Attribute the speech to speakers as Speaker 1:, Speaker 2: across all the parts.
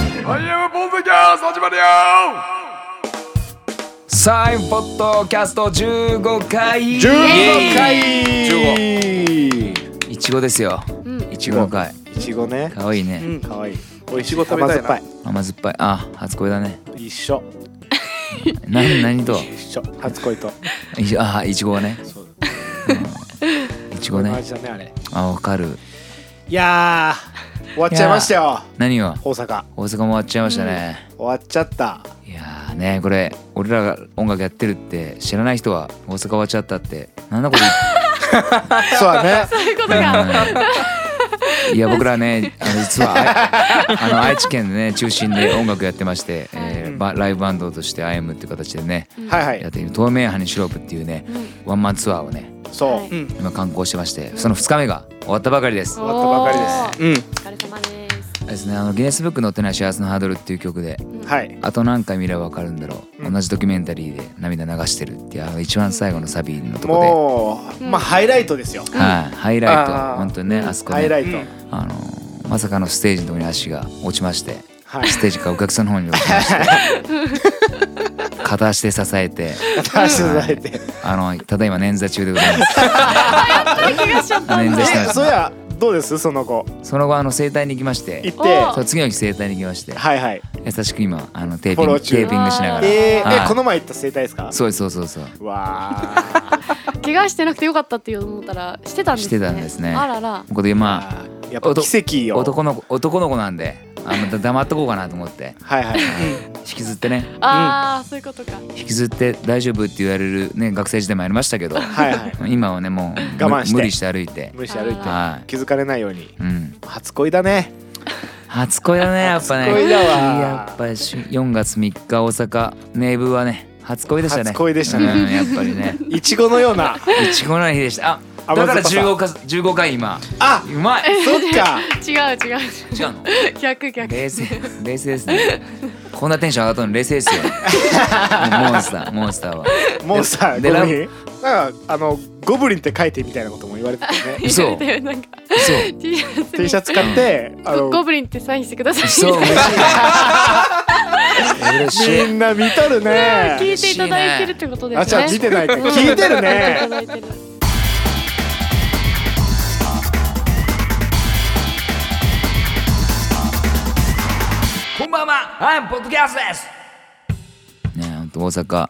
Speaker 1: ムポッドキャスト始まるよ
Speaker 2: サインポッドキャスト15回
Speaker 1: 十五回
Speaker 2: いちごですよ
Speaker 3: いち
Speaker 2: 15回
Speaker 3: いちごね。
Speaker 2: かわいいね、
Speaker 1: ん
Speaker 3: かわいい。おいし
Speaker 1: いちご食べたいな
Speaker 3: 甘酸っ
Speaker 2: 甘酸っぱいあ初恋だね
Speaker 3: ぱい。一緒。
Speaker 2: な何と
Speaker 3: 一緒。初恋と。
Speaker 2: いちあいちごはね
Speaker 3: そう
Speaker 2: いちごね
Speaker 3: 味だねあれ。
Speaker 2: あわかる
Speaker 3: いやー、終わっちゃいましたよ。
Speaker 2: 何よ
Speaker 3: 大阪。
Speaker 2: 大阪も終わっちゃいましたね、
Speaker 3: 終わっちゃった。
Speaker 2: いやーねこれ俺らが音楽やってるって知らない人は大阪終わっちゃったってなんだこれ言って
Speaker 3: そうだね。
Speaker 4: そういうこと か。
Speaker 2: いや僕らねあの実は ああの愛知県でね中心で音楽やってまして、えーばライブバンドとして IM っていう形でね、
Speaker 3: はいは
Speaker 2: やっ
Speaker 3: い。
Speaker 2: ている透明ハニシロープっていうね、ワンマンツアーをね
Speaker 3: そう。
Speaker 4: はい
Speaker 3: うん。
Speaker 2: 今観光してましてその2日目が終わったばかりです。
Speaker 3: 終わったばかりです。うん。
Speaker 4: お疲れ様です。
Speaker 2: あれですねあのギネスブック載ってない幸せのハードルっていう曲で
Speaker 3: はい。
Speaker 2: あと何回見ればわかるんだろう、
Speaker 3: うん
Speaker 2: 同じドキュメンタリーで涙流してるっていうあの一番最後のサビのとこで、
Speaker 3: もう、まあハイライトですよ。
Speaker 2: はい、ハイライト
Speaker 3: あー
Speaker 2: 本当にねあそこ
Speaker 3: ハイラ
Speaker 2: ね
Speaker 3: イト。
Speaker 2: あのまさかのステージのところに足が落ちまして。
Speaker 3: はい。
Speaker 2: ステージからお客さんの方に落ちまして 片足で支えて
Speaker 3: 出していただいて。
Speaker 2: あのただいま捻挫中でございます捻挫してま
Speaker 3: え、
Speaker 2: す
Speaker 3: そりゃどうですその子。
Speaker 2: その後あの整体に行きまし
Speaker 3: 行
Speaker 2: て
Speaker 3: って。は
Speaker 2: そう次の日整体に行きまして
Speaker 3: いはい。
Speaker 2: 優しく今あのテーピ
Speaker 3: フォ
Speaker 2: ン
Speaker 3: ロー
Speaker 2: グ
Speaker 3: 中
Speaker 2: テーピングしながら、
Speaker 3: えー、
Speaker 2: は
Speaker 3: え
Speaker 2: い
Speaker 3: この前行った生態ですか
Speaker 2: そうですそうそうそう
Speaker 3: わあ
Speaker 4: 怪我してなくてよかったって思ったらしてたんですね。
Speaker 2: してたんですね
Speaker 4: あらら。
Speaker 2: ここでまあ
Speaker 3: やっぱ奇跡を
Speaker 2: 男の子男の子なんであのだ黙っとこうかなと思って
Speaker 3: はいはい
Speaker 2: 引きずってね
Speaker 4: ああ、そういうことか。
Speaker 2: 引きずって大丈夫って言われるね学生時代もありましたけど
Speaker 3: はいはい
Speaker 2: 今はねもう
Speaker 3: 我慢して
Speaker 2: 無理して歩いて
Speaker 3: 無理して歩いて
Speaker 2: はい
Speaker 3: 気づかれないように
Speaker 2: うん
Speaker 3: 初恋だね
Speaker 2: 初恋 だねやっぱね
Speaker 3: 初恋だわ
Speaker 2: やっぱりし4月3日大阪名部はね初恋でしたね
Speaker 3: 初恋でしたね
Speaker 2: うんやっぱり ね
Speaker 3: いちごのようない
Speaker 2: ちごの日でしたあだから
Speaker 3: 甘酸
Speaker 2: 15
Speaker 3: っ
Speaker 2: 回15回今
Speaker 3: あ
Speaker 2: うまい
Speaker 3: そっか
Speaker 4: 違う違う。
Speaker 2: 違うの
Speaker 4: 逆逆。
Speaker 2: 冷静冷静ですねこんなテンション上がったの冷静です よもうモンスターモンスターは
Speaker 3: もうさ
Speaker 2: で
Speaker 3: ゴ
Speaker 2: ラ
Speaker 3: ブリンなんかあのゴブリンって書いてみたいなことも言われてたよ ね
Speaker 2: 嘘
Speaker 4: 言われたよなんか
Speaker 2: そう
Speaker 4: T シャツ
Speaker 3: T
Speaker 4: に
Speaker 3: シャツ買ってあ
Speaker 4: ゴゴ
Speaker 3: の
Speaker 4: ブリンってサインしてください
Speaker 2: そう
Speaker 4: み
Speaker 2: 嬉
Speaker 4: たい
Speaker 2: しい嬉しい
Speaker 3: みんな見とる
Speaker 4: な。 聞
Speaker 3: ね
Speaker 4: いていただいてるってことで
Speaker 3: あ
Speaker 4: す
Speaker 3: ち
Speaker 4: ね。
Speaker 3: ゃん見てないか
Speaker 4: うん
Speaker 3: 聞いてる
Speaker 4: いた
Speaker 3: ね
Speaker 4: だいてる
Speaker 2: こんばんははいポッドキャストですねえほんと大阪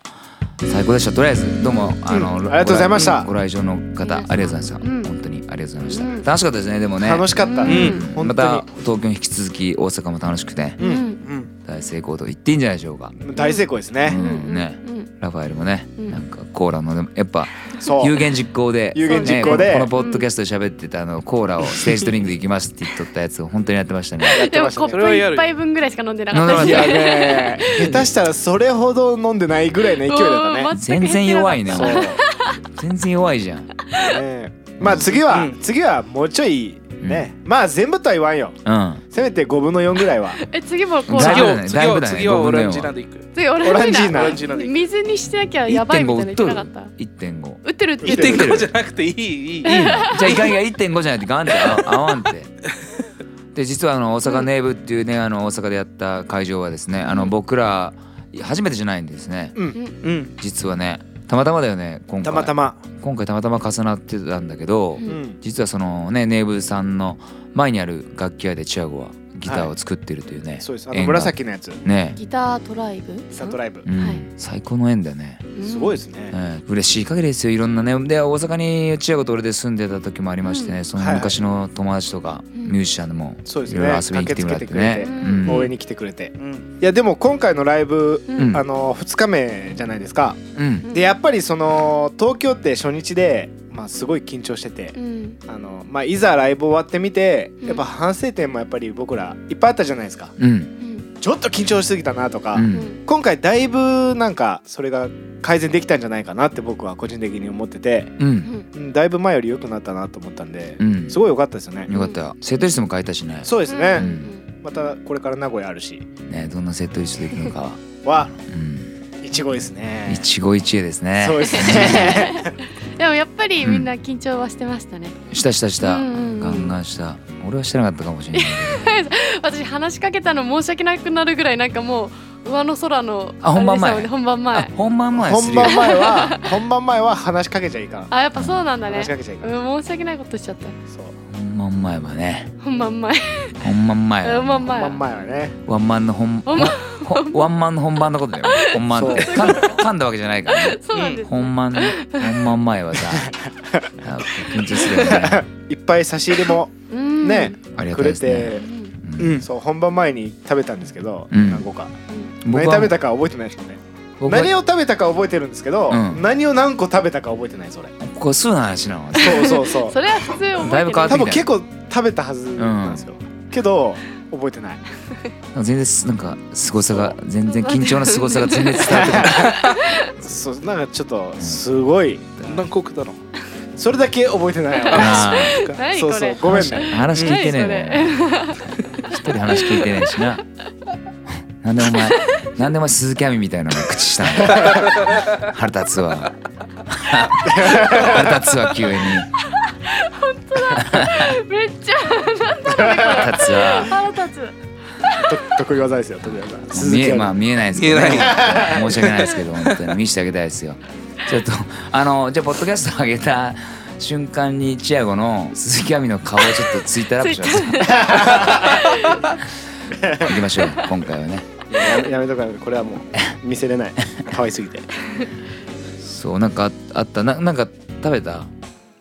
Speaker 2: 最高でしたとりあえずどうもあの、
Speaker 3: うんありがとうございました
Speaker 2: ご来場の方あ
Speaker 4: あ
Speaker 2: り
Speaker 4: り
Speaker 2: がと
Speaker 4: が
Speaker 2: うございました、
Speaker 4: とうございましたうん
Speaker 2: 本当にありがとうございました、
Speaker 4: うん
Speaker 2: 楽しかったですねでもね
Speaker 3: 楽しかった
Speaker 4: うん
Speaker 3: 本
Speaker 2: また
Speaker 3: 当
Speaker 2: 東京に引き続き大阪も楽しくて
Speaker 3: にう
Speaker 4: うんん
Speaker 2: 大成功と言っていいんじゃないでしょうか、
Speaker 3: うん大成功です
Speaker 2: う
Speaker 3: ね
Speaker 2: んね
Speaker 4: うん
Speaker 2: ラファエルもね、
Speaker 4: うん
Speaker 2: なんかコーラのでもやっぱ
Speaker 3: そ
Speaker 2: 有
Speaker 3: う
Speaker 2: 言実行で
Speaker 3: 有言実行で
Speaker 2: ねこのポッドキャストで喋ってたあのコーラをステージドリンクで行きますって言っとったやつを本当にやってましたね
Speaker 4: でもコッ
Speaker 3: そ
Speaker 4: プ
Speaker 3: れ
Speaker 1: はやる
Speaker 4: 一杯分ぐらいしか飲んでなかった
Speaker 2: 飲ん
Speaker 3: い
Speaker 2: でな
Speaker 3: や
Speaker 2: かった
Speaker 3: ね下手したらそれほど飲んでないぐらいの勢いだったね
Speaker 4: うん
Speaker 2: 全然弱いね
Speaker 3: そう
Speaker 2: お前全然弱いじゃん
Speaker 3: ねまあ次は、
Speaker 1: うん
Speaker 3: 次はもうちょいね、まあ全部とは言わんよ
Speaker 2: うん
Speaker 3: せめて5分の4ぐらいは
Speaker 4: え次もコー
Speaker 2: だい
Speaker 1: 次
Speaker 2: ぶだ
Speaker 4: ラ
Speaker 1: は
Speaker 2: ね
Speaker 1: 次
Speaker 2: だいぶ
Speaker 1: は
Speaker 2: だね
Speaker 1: 次はオランジナで行く
Speaker 4: 次オ
Speaker 3: オランジー
Speaker 1: オ
Speaker 3: ナ
Speaker 1: ランジナで行く
Speaker 4: 水にしてなきゃやばいみ
Speaker 2: 1.5
Speaker 4: た
Speaker 2: 売
Speaker 4: い
Speaker 2: っ
Speaker 4: な
Speaker 2: とる
Speaker 4: 言ってなかった
Speaker 2: 1.5
Speaker 4: 打ってる打って
Speaker 3: 打って
Speaker 4: る
Speaker 3: る
Speaker 1: 1.5じゃなくていいいいいい
Speaker 2: じゃあいかんが1.5じゃないとガンって合わ合わんって。で実はあの大阪ネーブっていうねあの大阪でやった会場はですねあの僕ら初めてじゃないんですね
Speaker 1: うん
Speaker 2: 実はねたまたまだよね今回
Speaker 3: たまたま、
Speaker 2: 今回たまたま重なってたんだけど、
Speaker 4: うん
Speaker 3: うん
Speaker 2: 実はそのねネーブさんの前にある楽器屋でチアゴはギターを作ってるというね、
Speaker 3: そうですあの
Speaker 2: 縁が
Speaker 3: 紫のやつ
Speaker 2: ね、
Speaker 4: ギタートライブ
Speaker 3: サトライブ
Speaker 2: う、ん
Speaker 4: はい
Speaker 2: 最高の縁だよね、
Speaker 3: すごい
Speaker 4: い
Speaker 3: ですね、
Speaker 2: ええ嬉しい限りですよいろんなねで大阪に千代子と俺で住んでた時もありましてね、
Speaker 4: うん
Speaker 2: その
Speaker 3: はいはい
Speaker 2: 昔の友達とか
Speaker 4: うん
Speaker 2: ミュージシャンでも
Speaker 3: そうで
Speaker 2: い
Speaker 3: す
Speaker 2: ろ
Speaker 3: ね
Speaker 2: いろ遊びに来てもらってね
Speaker 3: 駆けつけてくれ
Speaker 4: て
Speaker 2: うん
Speaker 3: 応援に来てくれて、いやでも今回のライブ、
Speaker 4: う
Speaker 2: うん
Speaker 4: ん
Speaker 3: あの2日目じゃないですか、
Speaker 2: うん
Speaker 3: でやっぱりその東京って初日でまあすごい緊張してて、
Speaker 4: うん
Speaker 3: あのまあいざライブ終わってみて
Speaker 4: うん
Speaker 3: やっぱ反省点もやっぱり僕らいっぱいあったじゃないですか
Speaker 2: うん
Speaker 4: うん
Speaker 3: ちょっと緊張しすぎたなとか、
Speaker 2: う
Speaker 4: うんん
Speaker 3: 今回だいぶなんかそれが改善できたんじゃないかなって僕は個人的に思ってて、
Speaker 2: う
Speaker 4: うんん
Speaker 3: うん、だいぶ前より良くなったなと思ったんで
Speaker 2: う、ん
Speaker 3: すごい良かったですよね、
Speaker 2: よかったよセットリストも変えたしね
Speaker 3: そうですね、
Speaker 4: うん
Speaker 3: またこれから名古屋あるし
Speaker 2: ねどんなセットリストできるのかは、
Speaker 3: は
Speaker 2: うん、
Speaker 3: いちごですね
Speaker 2: 一期一会ですね
Speaker 3: そうですね
Speaker 4: でもやっぱりみんな緊張はしてましたね
Speaker 2: したしたした、
Speaker 4: うんうんうん
Speaker 2: ガン洗顔した俺はしてなかったかもしれないけど
Speaker 4: 私話しかけたの申し訳なくなるぐらいなんかもう上の空の
Speaker 2: あ本番前
Speaker 4: あれでしたよね本番
Speaker 2: あ
Speaker 4: 前
Speaker 2: 本番前す
Speaker 3: 本
Speaker 2: るよ
Speaker 3: 番前は本番前は話しかけちゃいかん
Speaker 4: あやっぱそうなんだね
Speaker 3: 話しかけちゃいかん、
Speaker 4: うん申し訳ないことしちゃった
Speaker 3: そう
Speaker 2: 本番前はね
Speaker 4: 本番前
Speaker 2: 本番前は
Speaker 3: 本
Speaker 4: 本番前
Speaker 3: 番前はね
Speaker 2: ワンマンの本
Speaker 4: 本番
Speaker 2: ほワンマンの本番のこと だよ本番って
Speaker 3: そ
Speaker 2: 噛ん噛んだわけじゃないからね
Speaker 4: そうなんですね
Speaker 2: 本番ね本番前は さあ緊張するよね
Speaker 3: いっぱい差し入れも
Speaker 4: うん
Speaker 3: ね、
Speaker 2: ありがた
Speaker 3: く
Speaker 2: い
Speaker 3: れ
Speaker 2: ですね
Speaker 3: て
Speaker 4: う、ん
Speaker 2: うん
Speaker 1: うん
Speaker 3: そう本番前に食べたんですけど、
Speaker 2: うん
Speaker 3: 何個か
Speaker 2: 僕は
Speaker 3: 何食べたか覚えてないですよね
Speaker 2: 僕は
Speaker 3: 何を食べたか覚えてるんですけど、
Speaker 2: うん
Speaker 3: 何を何個食べたか覚えてない それ
Speaker 2: これ数の話なの
Speaker 3: そうそうそう
Speaker 4: それは普通覚えて
Speaker 2: だいぶ変わっ
Speaker 3: 多
Speaker 2: て
Speaker 3: 分結構食べたはずなんですよ、けど覚え てない
Speaker 2: 全然なんか凄さが全然緊張の凄さが全然伝わってこない
Speaker 3: そうなんかちょっとすごい
Speaker 1: 何個食ったの
Speaker 3: それだけ覚えてない
Speaker 2: あ
Speaker 4: 何
Speaker 3: そう
Speaker 4: こ
Speaker 3: そう
Speaker 4: れ
Speaker 2: ー
Speaker 3: ごめんね
Speaker 2: 話聞いてねえね一人話聞いてねえしななんでお前なんでお前鈴木亜美みたいなの口したんだよ腹立つわ腹立つわ急に
Speaker 4: めっちゃ
Speaker 2: 腹立つわ
Speaker 4: 腹立つ
Speaker 3: と得意技ですよ得意技
Speaker 2: 見えまあ
Speaker 3: 亜美
Speaker 2: 見えないですけど、
Speaker 1: 見
Speaker 2: ね
Speaker 1: え、
Speaker 2: 申し訳ないですけど本当に見せてあげたいですよちょっとあのじゃあポッドキャスト上げた瞬間にチアゴの鈴木亜美の顔をちょっとツイッターラップします行きましょう今回はね
Speaker 3: やめやめとかこれはもう見 せれない可愛すぎて
Speaker 2: そうなんかああったななんか食べた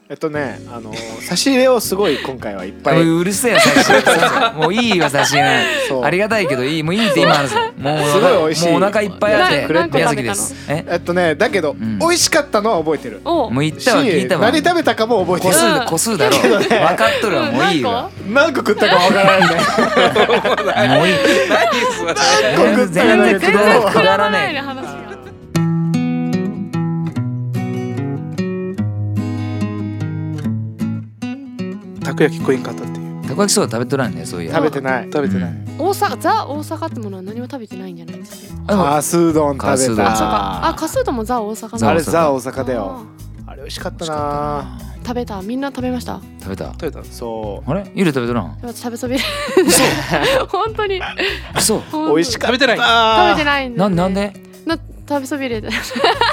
Speaker 3: えっとねあのー差し入れをすごい今回はいっぱ
Speaker 2: お
Speaker 3: い
Speaker 2: いうるせえよ差し入れもういいよ差し入
Speaker 3: そう
Speaker 2: れありがたいけどいいもういいって今話すもう
Speaker 3: すごい美味しい
Speaker 2: もうお腹いっぱいあって
Speaker 4: な何個
Speaker 2: 宮
Speaker 4: 食
Speaker 2: 崎
Speaker 4: べ
Speaker 2: で
Speaker 4: たの
Speaker 2: すえ
Speaker 3: えっとねだけど、
Speaker 2: ん
Speaker 3: 美味しかったのは覚えてる
Speaker 4: お
Speaker 2: もう
Speaker 4: い
Speaker 2: 言ったわ
Speaker 3: し
Speaker 2: 聞いたわ
Speaker 3: 何食べたかも覚えて
Speaker 2: 個
Speaker 3: る
Speaker 2: 数
Speaker 4: うん
Speaker 2: 個数だろ分かっとるわもういいわ
Speaker 3: 何個食ったかわからないね
Speaker 2: もういい
Speaker 1: 何それ
Speaker 2: 全然
Speaker 3: 全然
Speaker 2: 全然くだらないくだら
Speaker 4: な
Speaker 2: ないい
Speaker 4: ね話が
Speaker 1: たこ焼き食えんかったっていう
Speaker 2: たこ焼きそば食べとらんねそういや
Speaker 3: 食べてない
Speaker 1: 食べてない
Speaker 4: 大阪ザ大阪ってものは何も食べてないんじゃないですか
Speaker 2: でも
Speaker 3: カスうどん
Speaker 2: カス
Speaker 3: 食
Speaker 2: う
Speaker 3: べ
Speaker 2: どん
Speaker 3: た
Speaker 2: あ
Speaker 4: そうかあカスうどんもザ大阪
Speaker 2: ザ
Speaker 4: の
Speaker 3: あれ
Speaker 2: 大阪
Speaker 3: ザ大阪だよ
Speaker 4: あ
Speaker 3: あれ美味しかったな
Speaker 4: ー食べたみんな食べました
Speaker 2: 食べた
Speaker 1: 食べたの
Speaker 3: そ
Speaker 2: あれゆる食べとらん
Speaker 4: 私食べそびれ本当に
Speaker 2: 嘘
Speaker 3: う美味しかっ
Speaker 1: 食
Speaker 3: た
Speaker 1: べてない
Speaker 4: 食
Speaker 3: 食
Speaker 4: べてないん
Speaker 2: なんなんで
Speaker 4: な食べそびれて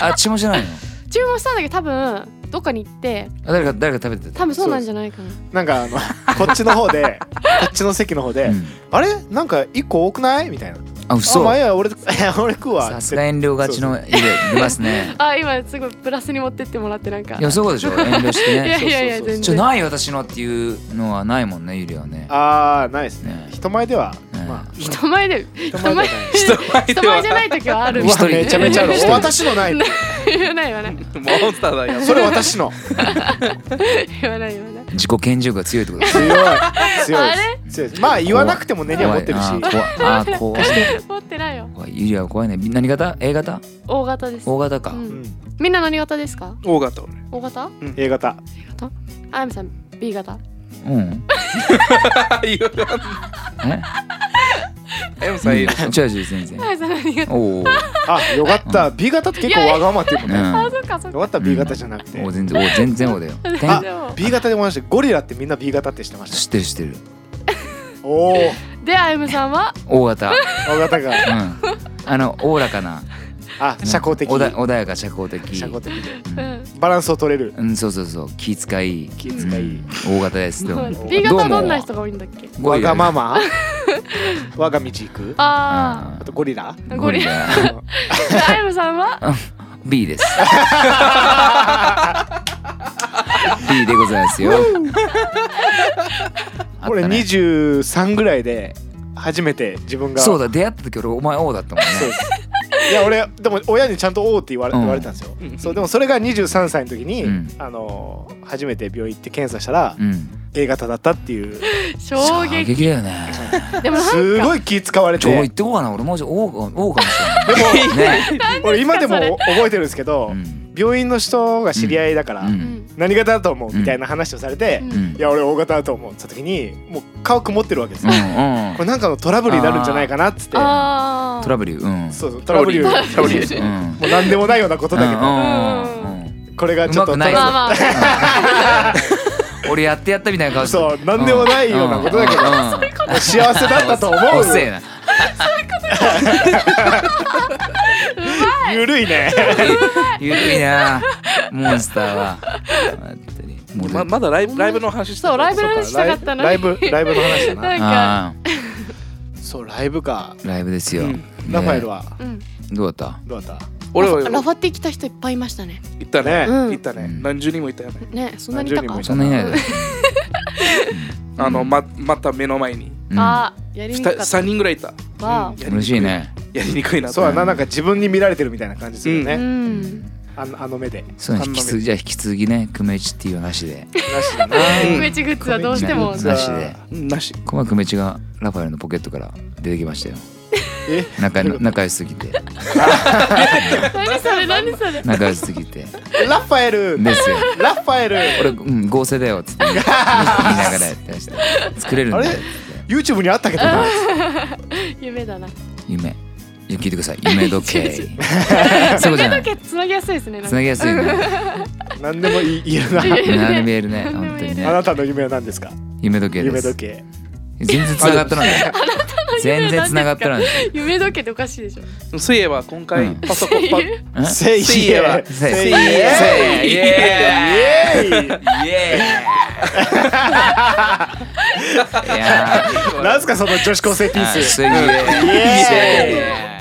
Speaker 2: あ注文してないの
Speaker 4: 注文したんだけど多分どっかに行って
Speaker 2: あ誰か誰か食べてた
Speaker 4: 多分そうなんじゃないかな
Speaker 3: なんかあの こっちの 方でこっちの席の方で、
Speaker 2: うん
Speaker 3: あれなんか一個多くないみたいな
Speaker 2: あ
Speaker 3: あ
Speaker 2: 嘘
Speaker 3: 前は俺 俺食うわ
Speaker 2: さすが遠慮がちの家出ますね
Speaker 4: あ今すごいプラスに持ってってもらってなんか
Speaker 2: いやそういうことでしょ遠慮して
Speaker 4: いや
Speaker 2: ね
Speaker 4: いやいや
Speaker 3: そうそうそう
Speaker 4: 全
Speaker 2: ちょ
Speaker 4: 然
Speaker 2: ない私のっていうのはないもんねゆりはね
Speaker 3: ああないですね
Speaker 2: ね
Speaker 3: 人前では、
Speaker 2: ね
Speaker 3: まあ
Speaker 4: 人前で人前で
Speaker 1: 人前で
Speaker 4: 人前じゃ
Speaker 1: は
Speaker 4: ない時はあ
Speaker 2: 一
Speaker 4: る
Speaker 3: うわ
Speaker 2: 人で
Speaker 3: めちゃめちゃある
Speaker 2: 一人で
Speaker 3: 私の ない
Speaker 4: 言わない言わない
Speaker 1: モンスターだよ
Speaker 3: それ私の
Speaker 4: 言わない言わない
Speaker 2: 自己顕示欲が強いって ことです
Speaker 3: 強い強い
Speaker 4: あれ
Speaker 3: です強いですまあ言わなくても根には持ってるし
Speaker 2: 怖いあー怖いあー怖い
Speaker 4: 持ってないよ
Speaker 2: 怖いゆりは怖いねみ何型 A 型
Speaker 4: O 型です
Speaker 2: O 型か
Speaker 4: う、
Speaker 3: うんん
Speaker 4: みんな何型ですか
Speaker 1: 大型俺
Speaker 4: O 型
Speaker 3: A 型
Speaker 4: A 型あやみさん B 型
Speaker 2: うん
Speaker 1: 言わない
Speaker 2: え
Speaker 1: あやむさんいいの
Speaker 2: 違う違う全然
Speaker 4: あやみさん何型
Speaker 2: おお
Speaker 3: あよかった B 型って結構わがままっていうもん
Speaker 2: う
Speaker 3: ね
Speaker 2: ん
Speaker 4: あそっかそっ
Speaker 3: よ
Speaker 4: か
Speaker 3: かった B 型じゃなくて、
Speaker 2: お全然お全然お だよ。てん
Speaker 3: あ
Speaker 4: でも
Speaker 3: B 型でも話してゴリラってみんな B 型ってしてまし
Speaker 2: 知ってる知ってる。
Speaker 3: たおお
Speaker 4: であやみさんは
Speaker 2: 大 型。
Speaker 3: 大型が
Speaker 2: うん。あのおおらかな。
Speaker 3: あ社交的
Speaker 2: おだ穏やか社交的。
Speaker 3: 社交的で
Speaker 4: うん
Speaker 3: バランスを取れる
Speaker 2: うんそうそうそう気遣い。
Speaker 3: 気遣い、
Speaker 2: うん。大型ですどうも。
Speaker 4: B 型は
Speaker 2: どうも
Speaker 4: どんな人が多いんだっけ
Speaker 2: ゴ
Speaker 3: わ
Speaker 2: リラ
Speaker 3: が まま我が道行くあ
Speaker 4: あ
Speaker 3: とゴリラ
Speaker 2: う
Speaker 4: あ
Speaker 2: ん
Speaker 4: ゴリ ラであやみさんは
Speaker 2: B です。B でございますよ。あっ
Speaker 3: 俺
Speaker 2: たね
Speaker 3: 23ぐらいで初めて自分が
Speaker 2: そうだ出会った時俺お前 O だったもん
Speaker 3: そう
Speaker 2: ね
Speaker 3: で。すいや俺でも親にちゃんと「おう」って言われ,、
Speaker 2: うん
Speaker 3: 言われたんですよそうでもそれが23歳の時に、
Speaker 2: うん
Speaker 3: あのー初めて病院行って検査したら、
Speaker 2: うん。
Speaker 3: A 型だったっていう
Speaker 4: 衝撃
Speaker 2: だよね。
Speaker 4: でもなん
Speaker 3: す
Speaker 4: か
Speaker 3: ごい気使われ
Speaker 2: ちょ行っててこうかな俺もうちょ O か O かもし
Speaker 3: でも
Speaker 2: れない。ね。
Speaker 3: 俺今で も
Speaker 4: それ
Speaker 3: 覚えてるんですけど、
Speaker 2: うん
Speaker 3: 病院の人が知り合いだから、
Speaker 2: うん
Speaker 4: うん
Speaker 3: 何型だと思う
Speaker 2: うん
Speaker 3: みたいな話をされて、
Speaker 4: う
Speaker 2: うんん
Speaker 3: い。や俺 O 型だと思うって言った時にもう顔曇ってるわけです
Speaker 2: う
Speaker 3: よ、
Speaker 2: んうん
Speaker 3: これなんかのトラブルになるんじゃないかなっつって
Speaker 4: あー
Speaker 2: トラブルうん
Speaker 3: そうそうトラブル
Speaker 1: トラ
Speaker 3: トラブル
Speaker 1: ブル
Speaker 2: うんうん
Speaker 3: もう何でもないようなことだけど、
Speaker 2: うんうんうんうん
Speaker 3: これがちょっと
Speaker 2: うまくない
Speaker 3: トラ
Speaker 4: ま
Speaker 3: ブ
Speaker 4: あ
Speaker 3: ル
Speaker 4: まあ
Speaker 2: 俺やってやったみたいな顔して
Speaker 3: そうなんでもないようなことだけど
Speaker 2: ど
Speaker 3: 幸せだったと思
Speaker 2: お
Speaker 3: う
Speaker 2: っせえな
Speaker 3: ゆるいね
Speaker 2: ゆるいなモンスターは本当にもう
Speaker 1: ままだライブライブの話して
Speaker 4: そうライブの話したかったのに
Speaker 3: ライブライブの話だな
Speaker 4: なんか
Speaker 2: あー
Speaker 3: そうライブか
Speaker 2: ライブですよ、
Speaker 3: うんラファエル
Speaker 2: は
Speaker 3: は
Speaker 4: うん
Speaker 2: どうだった
Speaker 3: どうだった
Speaker 1: 俺は
Speaker 4: ラファって来た人いっぱいいましたね
Speaker 1: 行ったね
Speaker 4: うん
Speaker 1: 行ったね
Speaker 2: うん
Speaker 1: 何十人も行ったよね
Speaker 4: ねそんなにいたか
Speaker 3: 何十人
Speaker 2: そんなにいないだろ
Speaker 1: あのままた目の前に
Speaker 2: うん
Speaker 4: あやりにくかった
Speaker 1: 3人ぐらいいた
Speaker 4: わ
Speaker 1: やりにく
Speaker 2: 嬉しいね
Speaker 1: やりにくいなと
Speaker 3: そうやななんか自分に見られてるみたいな感じするよ
Speaker 4: あう
Speaker 3: ね、
Speaker 4: ん
Speaker 3: あのあの目で
Speaker 2: そうね引き
Speaker 1: あん
Speaker 2: 続きじゃあ引き続きねクメチっていうなしで
Speaker 3: なしだな
Speaker 1: うん
Speaker 4: 梅地グッズはどうしても
Speaker 2: なしで
Speaker 1: なし
Speaker 2: コマクメチがラファエルのポケットから出てきましたよ
Speaker 3: え
Speaker 2: 仲仲良しすぎて
Speaker 4: 何それ何それ
Speaker 2: 仲良しすぎて
Speaker 3: ラファエル
Speaker 2: ですよ
Speaker 3: ラファエル
Speaker 2: 俺、うん、合成だよっつって言いながらやってました作れるんだよっつって
Speaker 3: YouTube にあったけどな
Speaker 4: 夢だな
Speaker 2: 夢いや聞いてください夢時 計そういうことじゃ
Speaker 4: 夢
Speaker 2: な
Speaker 4: だ
Speaker 2: い
Speaker 4: けつなぎやすいですねなん
Speaker 2: つ
Speaker 4: か
Speaker 2: なぎやすいね
Speaker 3: 何でもいい言える な
Speaker 2: 何でも見えるね
Speaker 4: 何でも
Speaker 2: 本当
Speaker 4: 言え
Speaker 2: に
Speaker 4: る
Speaker 3: あ
Speaker 2: ね
Speaker 3: なたの夢は何ですか
Speaker 2: 夢時計で
Speaker 3: 夢
Speaker 2: す
Speaker 3: 時計
Speaker 2: 全然つながったなんだよ全然つながったなんだよ
Speaker 4: 夢時計っておかしいでしょ
Speaker 1: そういえば今
Speaker 2: う
Speaker 1: 回
Speaker 2: ん
Speaker 1: パソコンパ
Speaker 2: ん
Speaker 3: せい
Speaker 1: せいやは
Speaker 2: せい
Speaker 3: せい
Speaker 1: せいや
Speaker 3: せい
Speaker 1: イ
Speaker 2: イ
Speaker 1: エ
Speaker 3: イエーイ
Speaker 2: イエーイいやー
Speaker 3: なんすかその女子高生ピース
Speaker 2: イエーイ
Speaker 3: イエーイ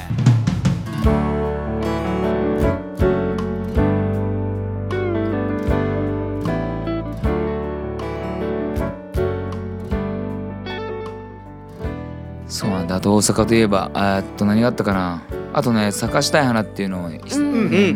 Speaker 2: そうなんだあと大阪といえばあーっと何があったかなあとね咲かしたい花っていうのを
Speaker 4: うん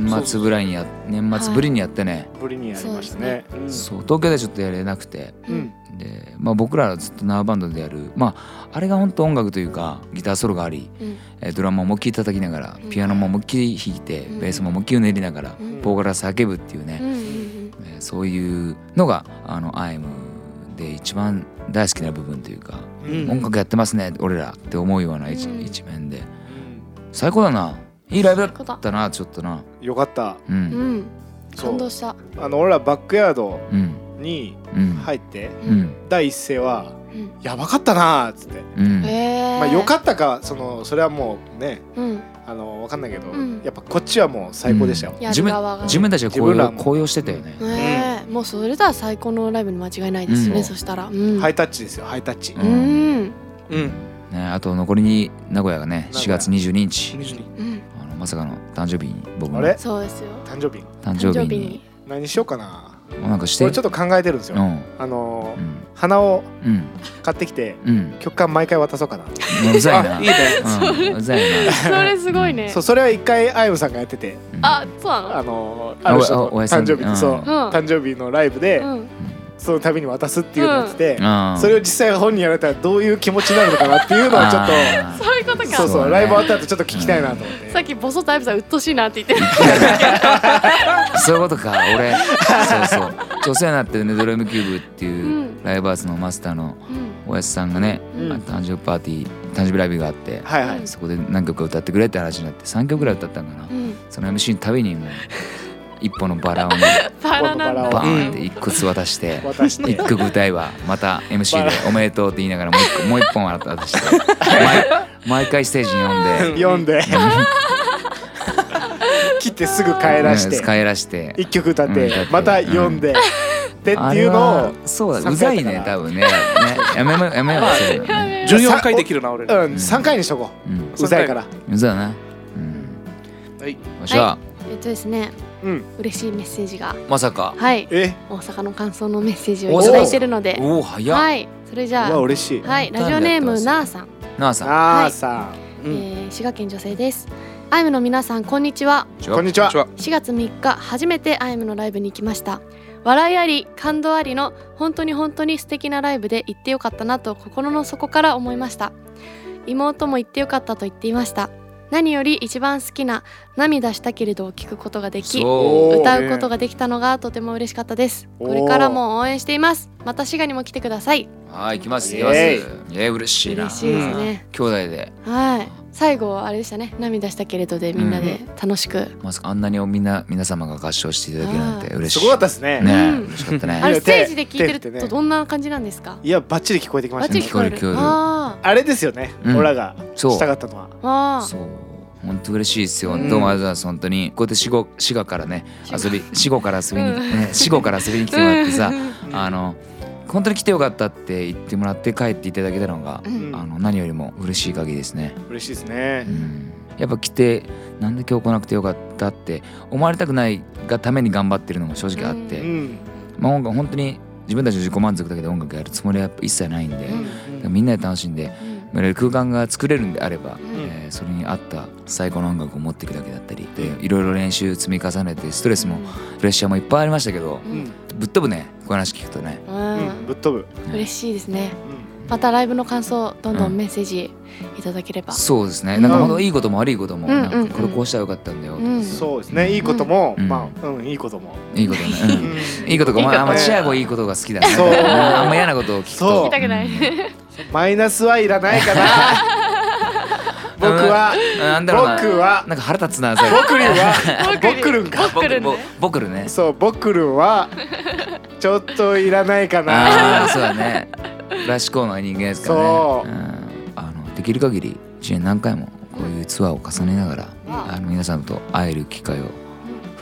Speaker 2: 年末ぶらいにや年末ぶりにやってね、
Speaker 3: ぶりにやりましたねうん
Speaker 2: そう東京ではちょっとやれなくて
Speaker 3: うん
Speaker 2: で、まあ、僕らはずっと縄バンドでやるまああれが本当音楽というかギターソロがあり、
Speaker 4: うん
Speaker 2: えードラムも思いっきり叩きながら
Speaker 4: うん
Speaker 2: ピアノも思いっきり弾いて
Speaker 4: うん
Speaker 2: ベースも思いっきり練りながら
Speaker 4: うん
Speaker 2: ボーカルは叫ぶっていう
Speaker 4: うん
Speaker 2: ね、
Speaker 4: うん
Speaker 2: えーそういうのがあの IM で一番大好きな部分というか、
Speaker 3: うん
Speaker 2: 音楽やってますね俺らって思うような一,、
Speaker 4: うん
Speaker 2: 面で最高だないいライブだ
Speaker 4: 最高だ
Speaker 2: ったなちょっとな
Speaker 3: よかった
Speaker 2: う
Speaker 4: うんんうん
Speaker 3: そう
Speaker 4: 感動した
Speaker 3: あの俺らバックヤード
Speaker 2: うん
Speaker 3: に
Speaker 2: うん
Speaker 3: 入って
Speaker 2: うんうん
Speaker 3: 第一声は
Speaker 4: うん
Speaker 3: 「やばかったな」っつって
Speaker 2: うん
Speaker 4: え
Speaker 3: まあよかったかそのそれはもうね
Speaker 4: うん
Speaker 3: あのわかんないけど
Speaker 4: うん
Speaker 3: やっぱこっちはもう最高でしたよ
Speaker 4: や
Speaker 2: 自
Speaker 4: る
Speaker 2: 分
Speaker 4: 側が
Speaker 2: 自分たちが
Speaker 3: 自
Speaker 2: 高
Speaker 3: 分ら
Speaker 2: 揚
Speaker 3: も
Speaker 2: 高揚してたよね、
Speaker 4: ねえもうそれだ最高のライブに間違いないですよ
Speaker 2: うん
Speaker 4: ねそしたらうん
Speaker 3: ハイタッチですよハイタッチ
Speaker 2: う
Speaker 4: うん
Speaker 1: うん
Speaker 2: ね、あと残りに名古屋がね
Speaker 3: 名古屋
Speaker 2: 4月22日
Speaker 1: 22
Speaker 4: うん
Speaker 2: あのまさかの誕生日に僕の
Speaker 3: あれ
Speaker 4: そうですよ
Speaker 3: 誕生日
Speaker 2: 誕
Speaker 4: 誕
Speaker 2: 生
Speaker 4: 生
Speaker 2: 日に
Speaker 4: 日に
Speaker 3: 何しようかな
Speaker 2: もうなんかして
Speaker 3: 俺ちょっと考えてるんです
Speaker 2: う
Speaker 3: よ
Speaker 2: ん
Speaker 3: あの
Speaker 2: う
Speaker 3: ー
Speaker 2: ん
Speaker 3: 花を
Speaker 2: うん
Speaker 3: 買ってきて
Speaker 2: うん
Speaker 3: 曲間毎回渡そうかな
Speaker 2: うざい
Speaker 1: あ
Speaker 2: ない
Speaker 1: いね
Speaker 2: うんうざいな
Speaker 4: それすごいね
Speaker 3: そうそれは一回あゆむさんがやってて
Speaker 2: うん
Speaker 4: あそうなの
Speaker 3: あのーある人の
Speaker 2: おおおやすみ
Speaker 3: 誕生日
Speaker 2: う
Speaker 3: で
Speaker 2: ん
Speaker 3: そう
Speaker 2: うん
Speaker 3: 誕生日のライブで
Speaker 4: うん
Speaker 3: その度に渡すっていうのをやってて
Speaker 2: うん
Speaker 3: それを実際本人やられたらどういう気持ちになるのかなっていうのはちょっと
Speaker 2: あ
Speaker 4: そういうことか
Speaker 3: そう
Speaker 2: そう
Speaker 3: そう
Speaker 2: ね
Speaker 3: ライブ終わった後ちょっと聞きたいなと思っ
Speaker 4: さってきボソタイプさんうっとうしいなって言って
Speaker 2: ーそういうことか俺そうそう女性になってるねドラムキューブっていううライバースのマスターの
Speaker 4: うん
Speaker 2: おやすさんがね、
Speaker 3: うん
Speaker 2: あ誕生日パーティー誕生日ライブがあって、
Speaker 3: はいはい
Speaker 2: そこで何曲か歌ってくれって話になって3曲ぐらい歌ったんかな、
Speaker 4: うん
Speaker 2: その MC のたびにもう一本のバラをね
Speaker 4: バラなんだ
Speaker 2: バーンっ
Speaker 4: う
Speaker 2: て
Speaker 4: ん
Speaker 2: 一個ずつ渡して
Speaker 3: 渡して
Speaker 2: 一曲歌えばまた MC で「おめでとう」って言いながらもう一個もう一本渡して毎毎回ステージに呼んで
Speaker 3: 読んで切ってすぐ帰らし
Speaker 2: う
Speaker 3: て
Speaker 2: ん帰らして
Speaker 3: 一曲歌っ
Speaker 2: うん歌ってて
Speaker 3: また読んででって
Speaker 2: あ
Speaker 3: い
Speaker 2: れ
Speaker 3: うの
Speaker 2: は
Speaker 3: を
Speaker 2: そうだ
Speaker 3: 3
Speaker 2: うざいね多分ねね やめまやめようそういうのね
Speaker 1: 14回できるな俺ら
Speaker 3: うん3回にしとこ
Speaker 2: うん
Speaker 3: ううざいから
Speaker 2: うざいなうん
Speaker 1: はい
Speaker 2: よっしゃ
Speaker 4: えっとですね
Speaker 3: うん
Speaker 4: 嬉しいメッセージが
Speaker 2: まさか
Speaker 4: はい
Speaker 3: え
Speaker 4: 大阪の感想のメッセージをいただいてるので
Speaker 2: おお早っ
Speaker 4: はいそれじ
Speaker 3: う
Speaker 4: ゃ
Speaker 3: わ
Speaker 4: あ
Speaker 3: 嬉しい
Speaker 4: はいラジオネームなあさん
Speaker 2: なあさん
Speaker 3: あーさ
Speaker 1: うん
Speaker 4: えー滋賀県女性ですアイムの皆さんこんにちは
Speaker 3: こんにちは
Speaker 4: 4月3日初めてアイムのライブに行きました笑いあり感動ありの本当に本当に素敵なライブで行ってよかったなと心の底から思いました妹も行ってよかったと言っていました何より一番好きな「涙したけれど」を聞くことができ
Speaker 2: そう
Speaker 4: 歌うことができたのがとても嬉しかったです
Speaker 3: お
Speaker 4: こ
Speaker 3: ー
Speaker 4: れからも応援していますまた滋賀にも来てくださいう
Speaker 2: はい来ます
Speaker 3: イ
Speaker 2: 来
Speaker 3: エ
Speaker 2: ます
Speaker 3: ーイ
Speaker 2: ええ嬉しいな
Speaker 4: 嬉しいですね
Speaker 2: 兄弟で
Speaker 4: はい最後はあれでしたね涙したけれどでみんなで楽しく、
Speaker 2: まさかあんなにみんな皆様が合唱していただけるなんて嬉し
Speaker 3: す
Speaker 2: い
Speaker 3: ごかったですね
Speaker 2: ねえ
Speaker 4: うん
Speaker 2: 嬉しかったね
Speaker 4: あれ
Speaker 3: 手
Speaker 4: ステージで聞いてる
Speaker 3: 手ってね
Speaker 4: とどんな感じなんですか
Speaker 3: いやバッチリ聞こえてきま
Speaker 4: バ
Speaker 3: し
Speaker 4: ッ
Speaker 3: た
Speaker 4: チ
Speaker 3: ね
Speaker 4: リ聞こえ
Speaker 2: 聞こえる聞こえ
Speaker 4: る
Speaker 2: る
Speaker 4: あ
Speaker 3: あれですよね、
Speaker 2: うん
Speaker 3: オラが
Speaker 2: そう
Speaker 3: したかったのは
Speaker 4: あわあ
Speaker 2: そう本当嬉しいですよ、
Speaker 3: うん
Speaker 2: どうもありがとうございます本当にこうやって死後死後からね遊び死後から遊びに、
Speaker 4: うん
Speaker 2: ね死後から遊びに来てもらってさ、
Speaker 3: ん
Speaker 2: あの本当に来てよかったって言ってもらって帰っていただけたのが、
Speaker 4: うん
Speaker 2: あの何よりも嬉しい限りですね、
Speaker 3: 嬉しいですね
Speaker 2: う、ん、やっぱ来てなんで今日来なくてよかったって思われたくないがために頑張ってるのも正直あって、
Speaker 3: うん
Speaker 2: まあ音楽本当に自分たちの自己満足だけで音楽やるつもりはやっぱ一切ないんで、だ
Speaker 4: う
Speaker 2: か
Speaker 4: ん
Speaker 2: らみんなで楽しんで
Speaker 4: うん
Speaker 2: まあ空間が作れるんであれば、
Speaker 4: ん
Speaker 2: えーそれに合った最高の音楽を持っていくだけだったりでいろいろ練習積み重ねてストレスもプレッシャーもいっぱいありましたけど
Speaker 4: う
Speaker 3: うんん
Speaker 2: ぶっ飛ぶねこの話聞くとね
Speaker 4: うん
Speaker 3: うんぶっ飛ぶ、
Speaker 4: 嬉しいですね
Speaker 3: うん
Speaker 4: またライブの感想どんど
Speaker 2: うんん
Speaker 4: メッセージいただければ、
Speaker 2: そうですね
Speaker 4: うん
Speaker 2: なんかほんといいことも悪いことも、
Speaker 4: うんうんうん
Speaker 2: なんかこれこうしたらよかったんだよ、
Speaker 4: うん
Speaker 3: そうですねいいことも、
Speaker 2: うん
Speaker 3: まあうんいいことも、
Speaker 2: いいことね、 うん
Speaker 3: うん
Speaker 2: いいことか、
Speaker 4: いいこと
Speaker 2: まあ、あんまチアゴいいことが好きだね。
Speaker 3: そう
Speaker 2: あんま嫌なことを聞く
Speaker 3: そう
Speaker 2: と。
Speaker 3: 聞き
Speaker 4: たくない
Speaker 2: うん
Speaker 3: マイナスはいらないかな僕は
Speaker 2: なんだ
Speaker 3: 僕
Speaker 2: ろうな。
Speaker 3: は
Speaker 2: なんか腹立つな、それ。
Speaker 3: 僕るんは
Speaker 4: 僕る
Speaker 3: 僕る
Speaker 4: ん
Speaker 3: んか
Speaker 4: 僕るんね
Speaker 2: ぼ 僕るね。
Speaker 3: そう僕るんはちょっといらないかな
Speaker 2: ああ、そうだね。ラシコの人間ですから
Speaker 3: そ
Speaker 2: ね
Speaker 3: う
Speaker 2: うん。あの、できる限り、一年何回も、こういうツアーを重ねながら。あの、皆さんと会える機会を増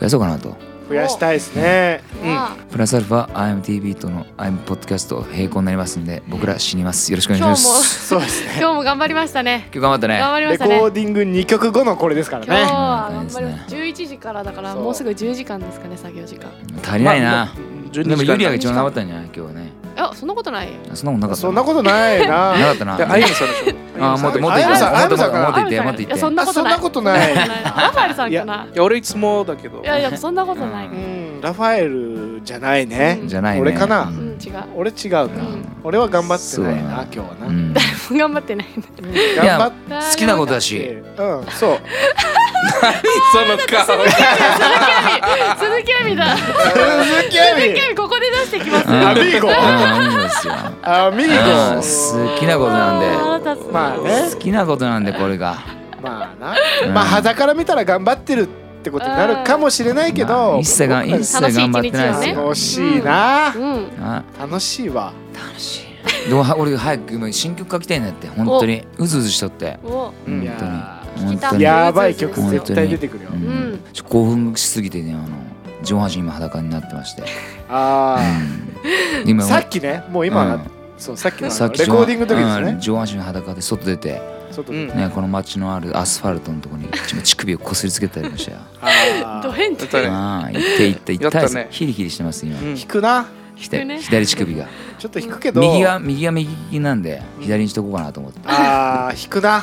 Speaker 2: やそうかなと。
Speaker 3: 増やしたいですね
Speaker 4: わ あ
Speaker 2: プラスアルファ、IMTV との IM ポッドキャスト並行になりますんで、僕ら死にます。よろしくお願いします。
Speaker 3: そうです
Speaker 4: 今日も頑張りましたね
Speaker 2: 今日頑張ったね。
Speaker 4: 頑張りま
Speaker 3: レ
Speaker 4: し
Speaker 3: コ
Speaker 4: たね
Speaker 3: ーディング2曲後のこれですから
Speaker 4: 今日
Speaker 3: ね
Speaker 4: は
Speaker 2: ね
Speaker 4: 頑張りました11時からだから
Speaker 3: そう
Speaker 4: もうすぐ10時間ですかね作業時間
Speaker 2: 足りないな。
Speaker 1: で
Speaker 2: でも、ユリアが一番頑張ったんじゃない、今日はね。
Speaker 4: あそんなことないよ
Speaker 2: そんなことなかった。
Speaker 3: そんなことない
Speaker 2: なか
Speaker 3: な
Speaker 2: ったな。
Speaker 1: でアイムさんでしょ
Speaker 2: あーもっともっと言っ
Speaker 3: あやむさんあや
Speaker 2: て
Speaker 3: むさ
Speaker 2: もっ
Speaker 3: ん
Speaker 2: ともっと言って
Speaker 4: あ
Speaker 2: も
Speaker 4: や
Speaker 2: っと
Speaker 4: むさん
Speaker 2: 言って
Speaker 4: そんなことない
Speaker 3: あそんなことない
Speaker 4: ラファエルさんかない
Speaker 1: や俺いつもだけど
Speaker 4: いやいやそんなことない、
Speaker 2: う
Speaker 3: う
Speaker 4: うん
Speaker 3: ラファエルじゃないね
Speaker 4: うん
Speaker 2: じゃないね
Speaker 3: 俺かなん
Speaker 4: ん、違う
Speaker 3: 俺違うな
Speaker 4: うん
Speaker 3: 俺は頑張ってないな
Speaker 2: そ
Speaker 3: 今
Speaker 2: う
Speaker 3: 日はな
Speaker 2: うん
Speaker 4: 頑張ってない
Speaker 3: 頑張っ
Speaker 2: 好きなことだ
Speaker 3: て
Speaker 2: し
Speaker 3: うんそう
Speaker 1: その顔
Speaker 4: 鈴木亜美だ
Speaker 3: 鈴木
Speaker 4: 鈴
Speaker 3: 亜
Speaker 4: 木
Speaker 3: 美
Speaker 4: 亜美ここで出してきます
Speaker 2: うん
Speaker 3: アミーゴ
Speaker 2: うんいいですよ
Speaker 3: アミ
Speaker 2: うん
Speaker 3: ーゴ
Speaker 2: 好きなことなん
Speaker 4: で
Speaker 3: まあね
Speaker 2: で好きなことなんでこれが
Speaker 3: まあな
Speaker 2: うん
Speaker 3: まあ肌から見たら頑張ってるってことになるかもしれないけ
Speaker 2: まあ
Speaker 3: ど
Speaker 2: 一切が
Speaker 3: 僕ら
Speaker 2: 一切頑張ってないですよ
Speaker 3: 楽しいな
Speaker 4: うん
Speaker 2: あ
Speaker 3: 楽しいわ
Speaker 2: 楽しいでもは俺早く今新曲書きたいんだって本当にうずうずしとって
Speaker 4: お
Speaker 2: うん
Speaker 3: いや
Speaker 2: 本
Speaker 4: 聞きた
Speaker 2: 当
Speaker 3: ー
Speaker 2: に
Speaker 3: やばい曲絶対出てくるよ
Speaker 2: うん
Speaker 4: うん
Speaker 2: ちょ興奮しすぎてねあの上半身今裸になってまして
Speaker 3: あ
Speaker 2: で今
Speaker 3: あさっきねもう今
Speaker 2: うん
Speaker 3: そうさっきのあ
Speaker 2: さ
Speaker 3: の
Speaker 2: っき上
Speaker 3: レコーディングの時です
Speaker 2: う
Speaker 3: ね
Speaker 2: ん上半身裸で外出て
Speaker 3: 外
Speaker 1: うん
Speaker 2: ねこの街のあるアスファルトのとこにち乳首をこすりつけたりましたよ
Speaker 3: あ
Speaker 4: ド
Speaker 3: ー
Speaker 4: 変態
Speaker 1: だったね
Speaker 2: ああ、行って行って行った
Speaker 1: や
Speaker 2: で
Speaker 1: った
Speaker 2: す
Speaker 1: ね
Speaker 2: ヒリヒリしてます今。
Speaker 1: うん
Speaker 3: 引くな
Speaker 2: 左
Speaker 4: ね
Speaker 2: 左乳首が。
Speaker 3: ちょっと引くけど
Speaker 2: 右が右が右利きなんで左にしとこうかなと思って。
Speaker 3: あー引くな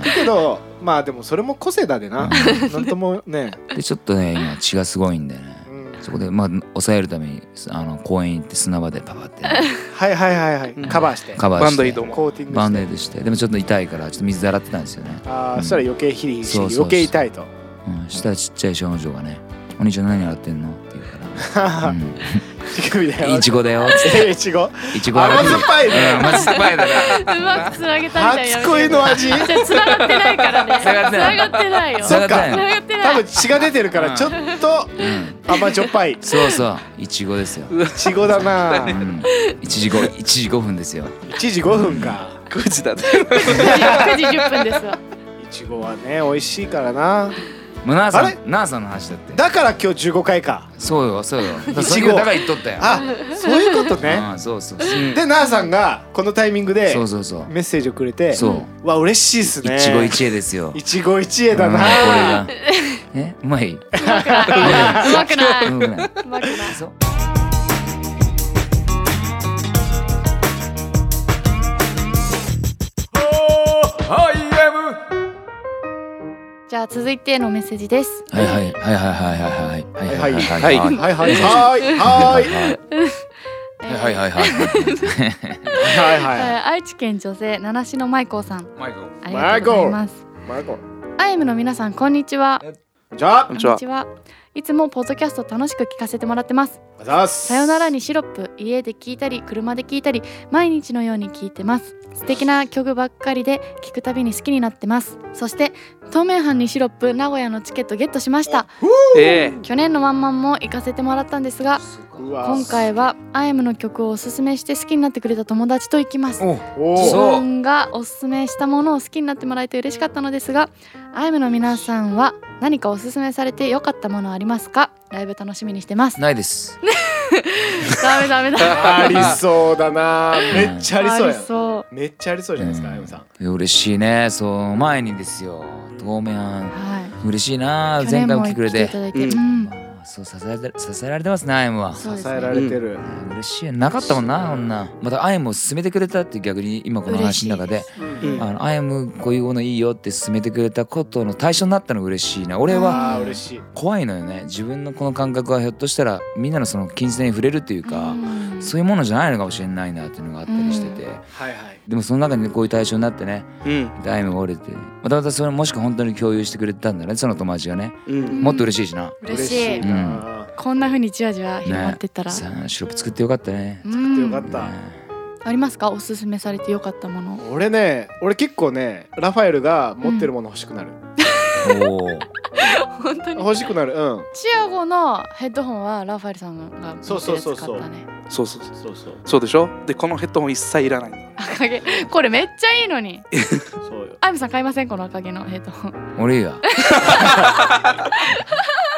Speaker 2: う
Speaker 3: けどまあでもそれも個性だでななんともね
Speaker 2: ん。でちょっとね今血がすごいんでね
Speaker 3: う。ん
Speaker 2: そこでまあ抑えるためにあの公園行って砂場でパ パってね
Speaker 3: はいはいはいはいカバーして
Speaker 2: カバー
Speaker 1: バ
Speaker 2: し
Speaker 1: ン
Speaker 2: て
Speaker 1: ド。移動も
Speaker 3: コーティング
Speaker 2: バン
Speaker 3: し
Speaker 2: ド
Speaker 3: て
Speaker 2: エイドしてでもちょっと痛いからちょっと水で洗ってたんですよね。
Speaker 3: ああそしたら余計ヒリヒリ
Speaker 2: そうそう
Speaker 3: して
Speaker 2: そう
Speaker 3: 余計痛いと
Speaker 2: うん。したらちっちゃい少女がね「お兄ちゃん何洗ってんの?」って言う から「う
Speaker 3: 乳首だ
Speaker 2: ん、
Speaker 3: よ
Speaker 2: いちごだよ」って
Speaker 3: えいちご
Speaker 2: 「いちご洗っ
Speaker 3: 甘
Speaker 2: て
Speaker 3: 酸っぱい
Speaker 2: うん
Speaker 3: ね
Speaker 2: 甘酸っぱいだな。
Speaker 4: うまくつなげたみたいな
Speaker 3: 初恋の味
Speaker 4: じゃあ繋がってないからね
Speaker 2: 繋がってない
Speaker 4: 繋がってないよ
Speaker 2: そっか
Speaker 4: 繋がってな
Speaker 3: 多
Speaker 4: い
Speaker 3: 分血が出てるからちょっと
Speaker 2: うん、
Speaker 3: 甘じょっぱいい
Speaker 2: そうそういちごですよ。
Speaker 3: ちごだな
Speaker 2: うん、1時5 1時5分ですよ。
Speaker 3: 1時5分か
Speaker 1: 9時だね
Speaker 4: 9時10分ですわ
Speaker 3: いちごはね美味しいからな
Speaker 2: もうナーさ
Speaker 3: あれ
Speaker 2: ん、ナーさんの話だって。
Speaker 3: だから今日15回か
Speaker 2: そうよ、そうよ。
Speaker 3: 号
Speaker 2: それがだから言っとったよ。
Speaker 3: あそういうことね
Speaker 2: うん、そうそう。
Speaker 3: でなあさんがこのタイミングで
Speaker 2: そうそうそう。
Speaker 3: メッセージをくれて
Speaker 2: そう
Speaker 3: わ嬉しいっすね
Speaker 2: 一期一会ですよ。
Speaker 3: 一期一会だ
Speaker 2: うんこれ
Speaker 3: な
Speaker 2: が。え、うまい。う
Speaker 4: うまくないうま
Speaker 2: ま
Speaker 4: くない
Speaker 2: くないう
Speaker 4: まくない
Speaker 2: そう
Speaker 4: じゃあ続いてのメッセージです
Speaker 2: はいはいはいはいはいはいはいはいはいはい
Speaker 1: はい
Speaker 2: はい
Speaker 3: はいはいはい
Speaker 2: は
Speaker 3: はい
Speaker 2: いはいはいはい
Speaker 3: はい
Speaker 5: え
Speaker 3: は
Speaker 5: ー愛知県女性七種の舞子さん
Speaker 1: マイク
Speaker 5: ありがとうございます
Speaker 3: いマイコ
Speaker 4: アイムの皆さんこんにちは
Speaker 3: じゃあ
Speaker 1: こんにちは
Speaker 4: いつもポッドキャスト楽しく聞かせてもらってます
Speaker 3: あざっす
Speaker 4: さよならにシロップ家で聞いたり車で聞いたり毎日のように聞いてます素敵な曲ばっかりで聞くたびに好きになってますそして東名阪にシロップ名古屋のチケットゲットしました
Speaker 1: ええ
Speaker 4: 去年のワンマンも行かせてもらったんですが
Speaker 3: うわ
Speaker 4: 今回はアイムの曲をおすすめして好きになってくれた友達と行きます
Speaker 2: お
Speaker 3: お
Speaker 4: 自
Speaker 2: そう
Speaker 4: 分がおすすめしたものを好きになってもらえて嬉しかったのですがアイムの皆さんは何かおすすめされて良かったものありますかライブ楽しみにしてます
Speaker 2: ないです
Speaker 4: ダメダメだ
Speaker 3: ありそうだなめっ ちゃありそうやん
Speaker 4: そ
Speaker 3: めっちゃありそうじゃないですかあゆむさん
Speaker 2: 嬉しいねそう前にですよ当面
Speaker 4: うは
Speaker 2: 嬉しいない前回も来てくれ
Speaker 4: 去年も来てい
Speaker 2: て
Speaker 4: ただいて、
Speaker 1: う
Speaker 4: うん
Speaker 2: あーそう支えて支えられてますねアイムは
Speaker 4: そうです
Speaker 3: 支
Speaker 4: ね
Speaker 3: えられてる
Speaker 2: 嬉しいなかったもんな女またアイムを勧めてくれたって逆に今この話の中で
Speaker 1: うん
Speaker 2: あのアイムこういうものいいよって勧めてくれたことの対象になったの嬉しいな俺は
Speaker 3: あー嬉しい
Speaker 2: 怖いのよね自分のこの感覚はひょっとしたらみんなのその金銭に触れるっていうか、
Speaker 4: うん
Speaker 2: そういうものじゃないのかもしれないなっていうのがあったりしてて、
Speaker 3: はいはい
Speaker 2: でもその中にこういう対象になってね
Speaker 1: うん
Speaker 2: アイムが折れてまたまたそれもしくは本当に共有してくれたんだねその友達がね
Speaker 1: うん
Speaker 2: もっと嬉しいしな、
Speaker 4: 嬉しい
Speaker 2: うん
Speaker 3: な
Speaker 4: こんな風にじわじわ広まってったら、
Speaker 2: さあシロップ作ってよかったね
Speaker 4: う
Speaker 3: あよかっ
Speaker 4: ん、
Speaker 3: た
Speaker 4: ありますかおすすめされて良かったもの
Speaker 3: 俺ね俺結構ねラファエルが持ってるもの欲しくなる
Speaker 2: ねおー
Speaker 4: 本当
Speaker 3: 欲しくなるうん
Speaker 4: チアゴのヘッドホンはラファエルさんが持って
Speaker 3: そう
Speaker 4: る
Speaker 3: そう
Speaker 4: や
Speaker 3: そう
Speaker 4: つ
Speaker 3: そう
Speaker 4: 買ったね
Speaker 1: そうそうそう
Speaker 3: そうそう
Speaker 1: そうでしょでこのヘッドホン一切いらない
Speaker 4: 赤毛これめっちゃいいのに
Speaker 3: そうよ
Speaker 4: アイムさん買いませんこの赤毛のヘッド ホン
Speaker 2: 俺いいわ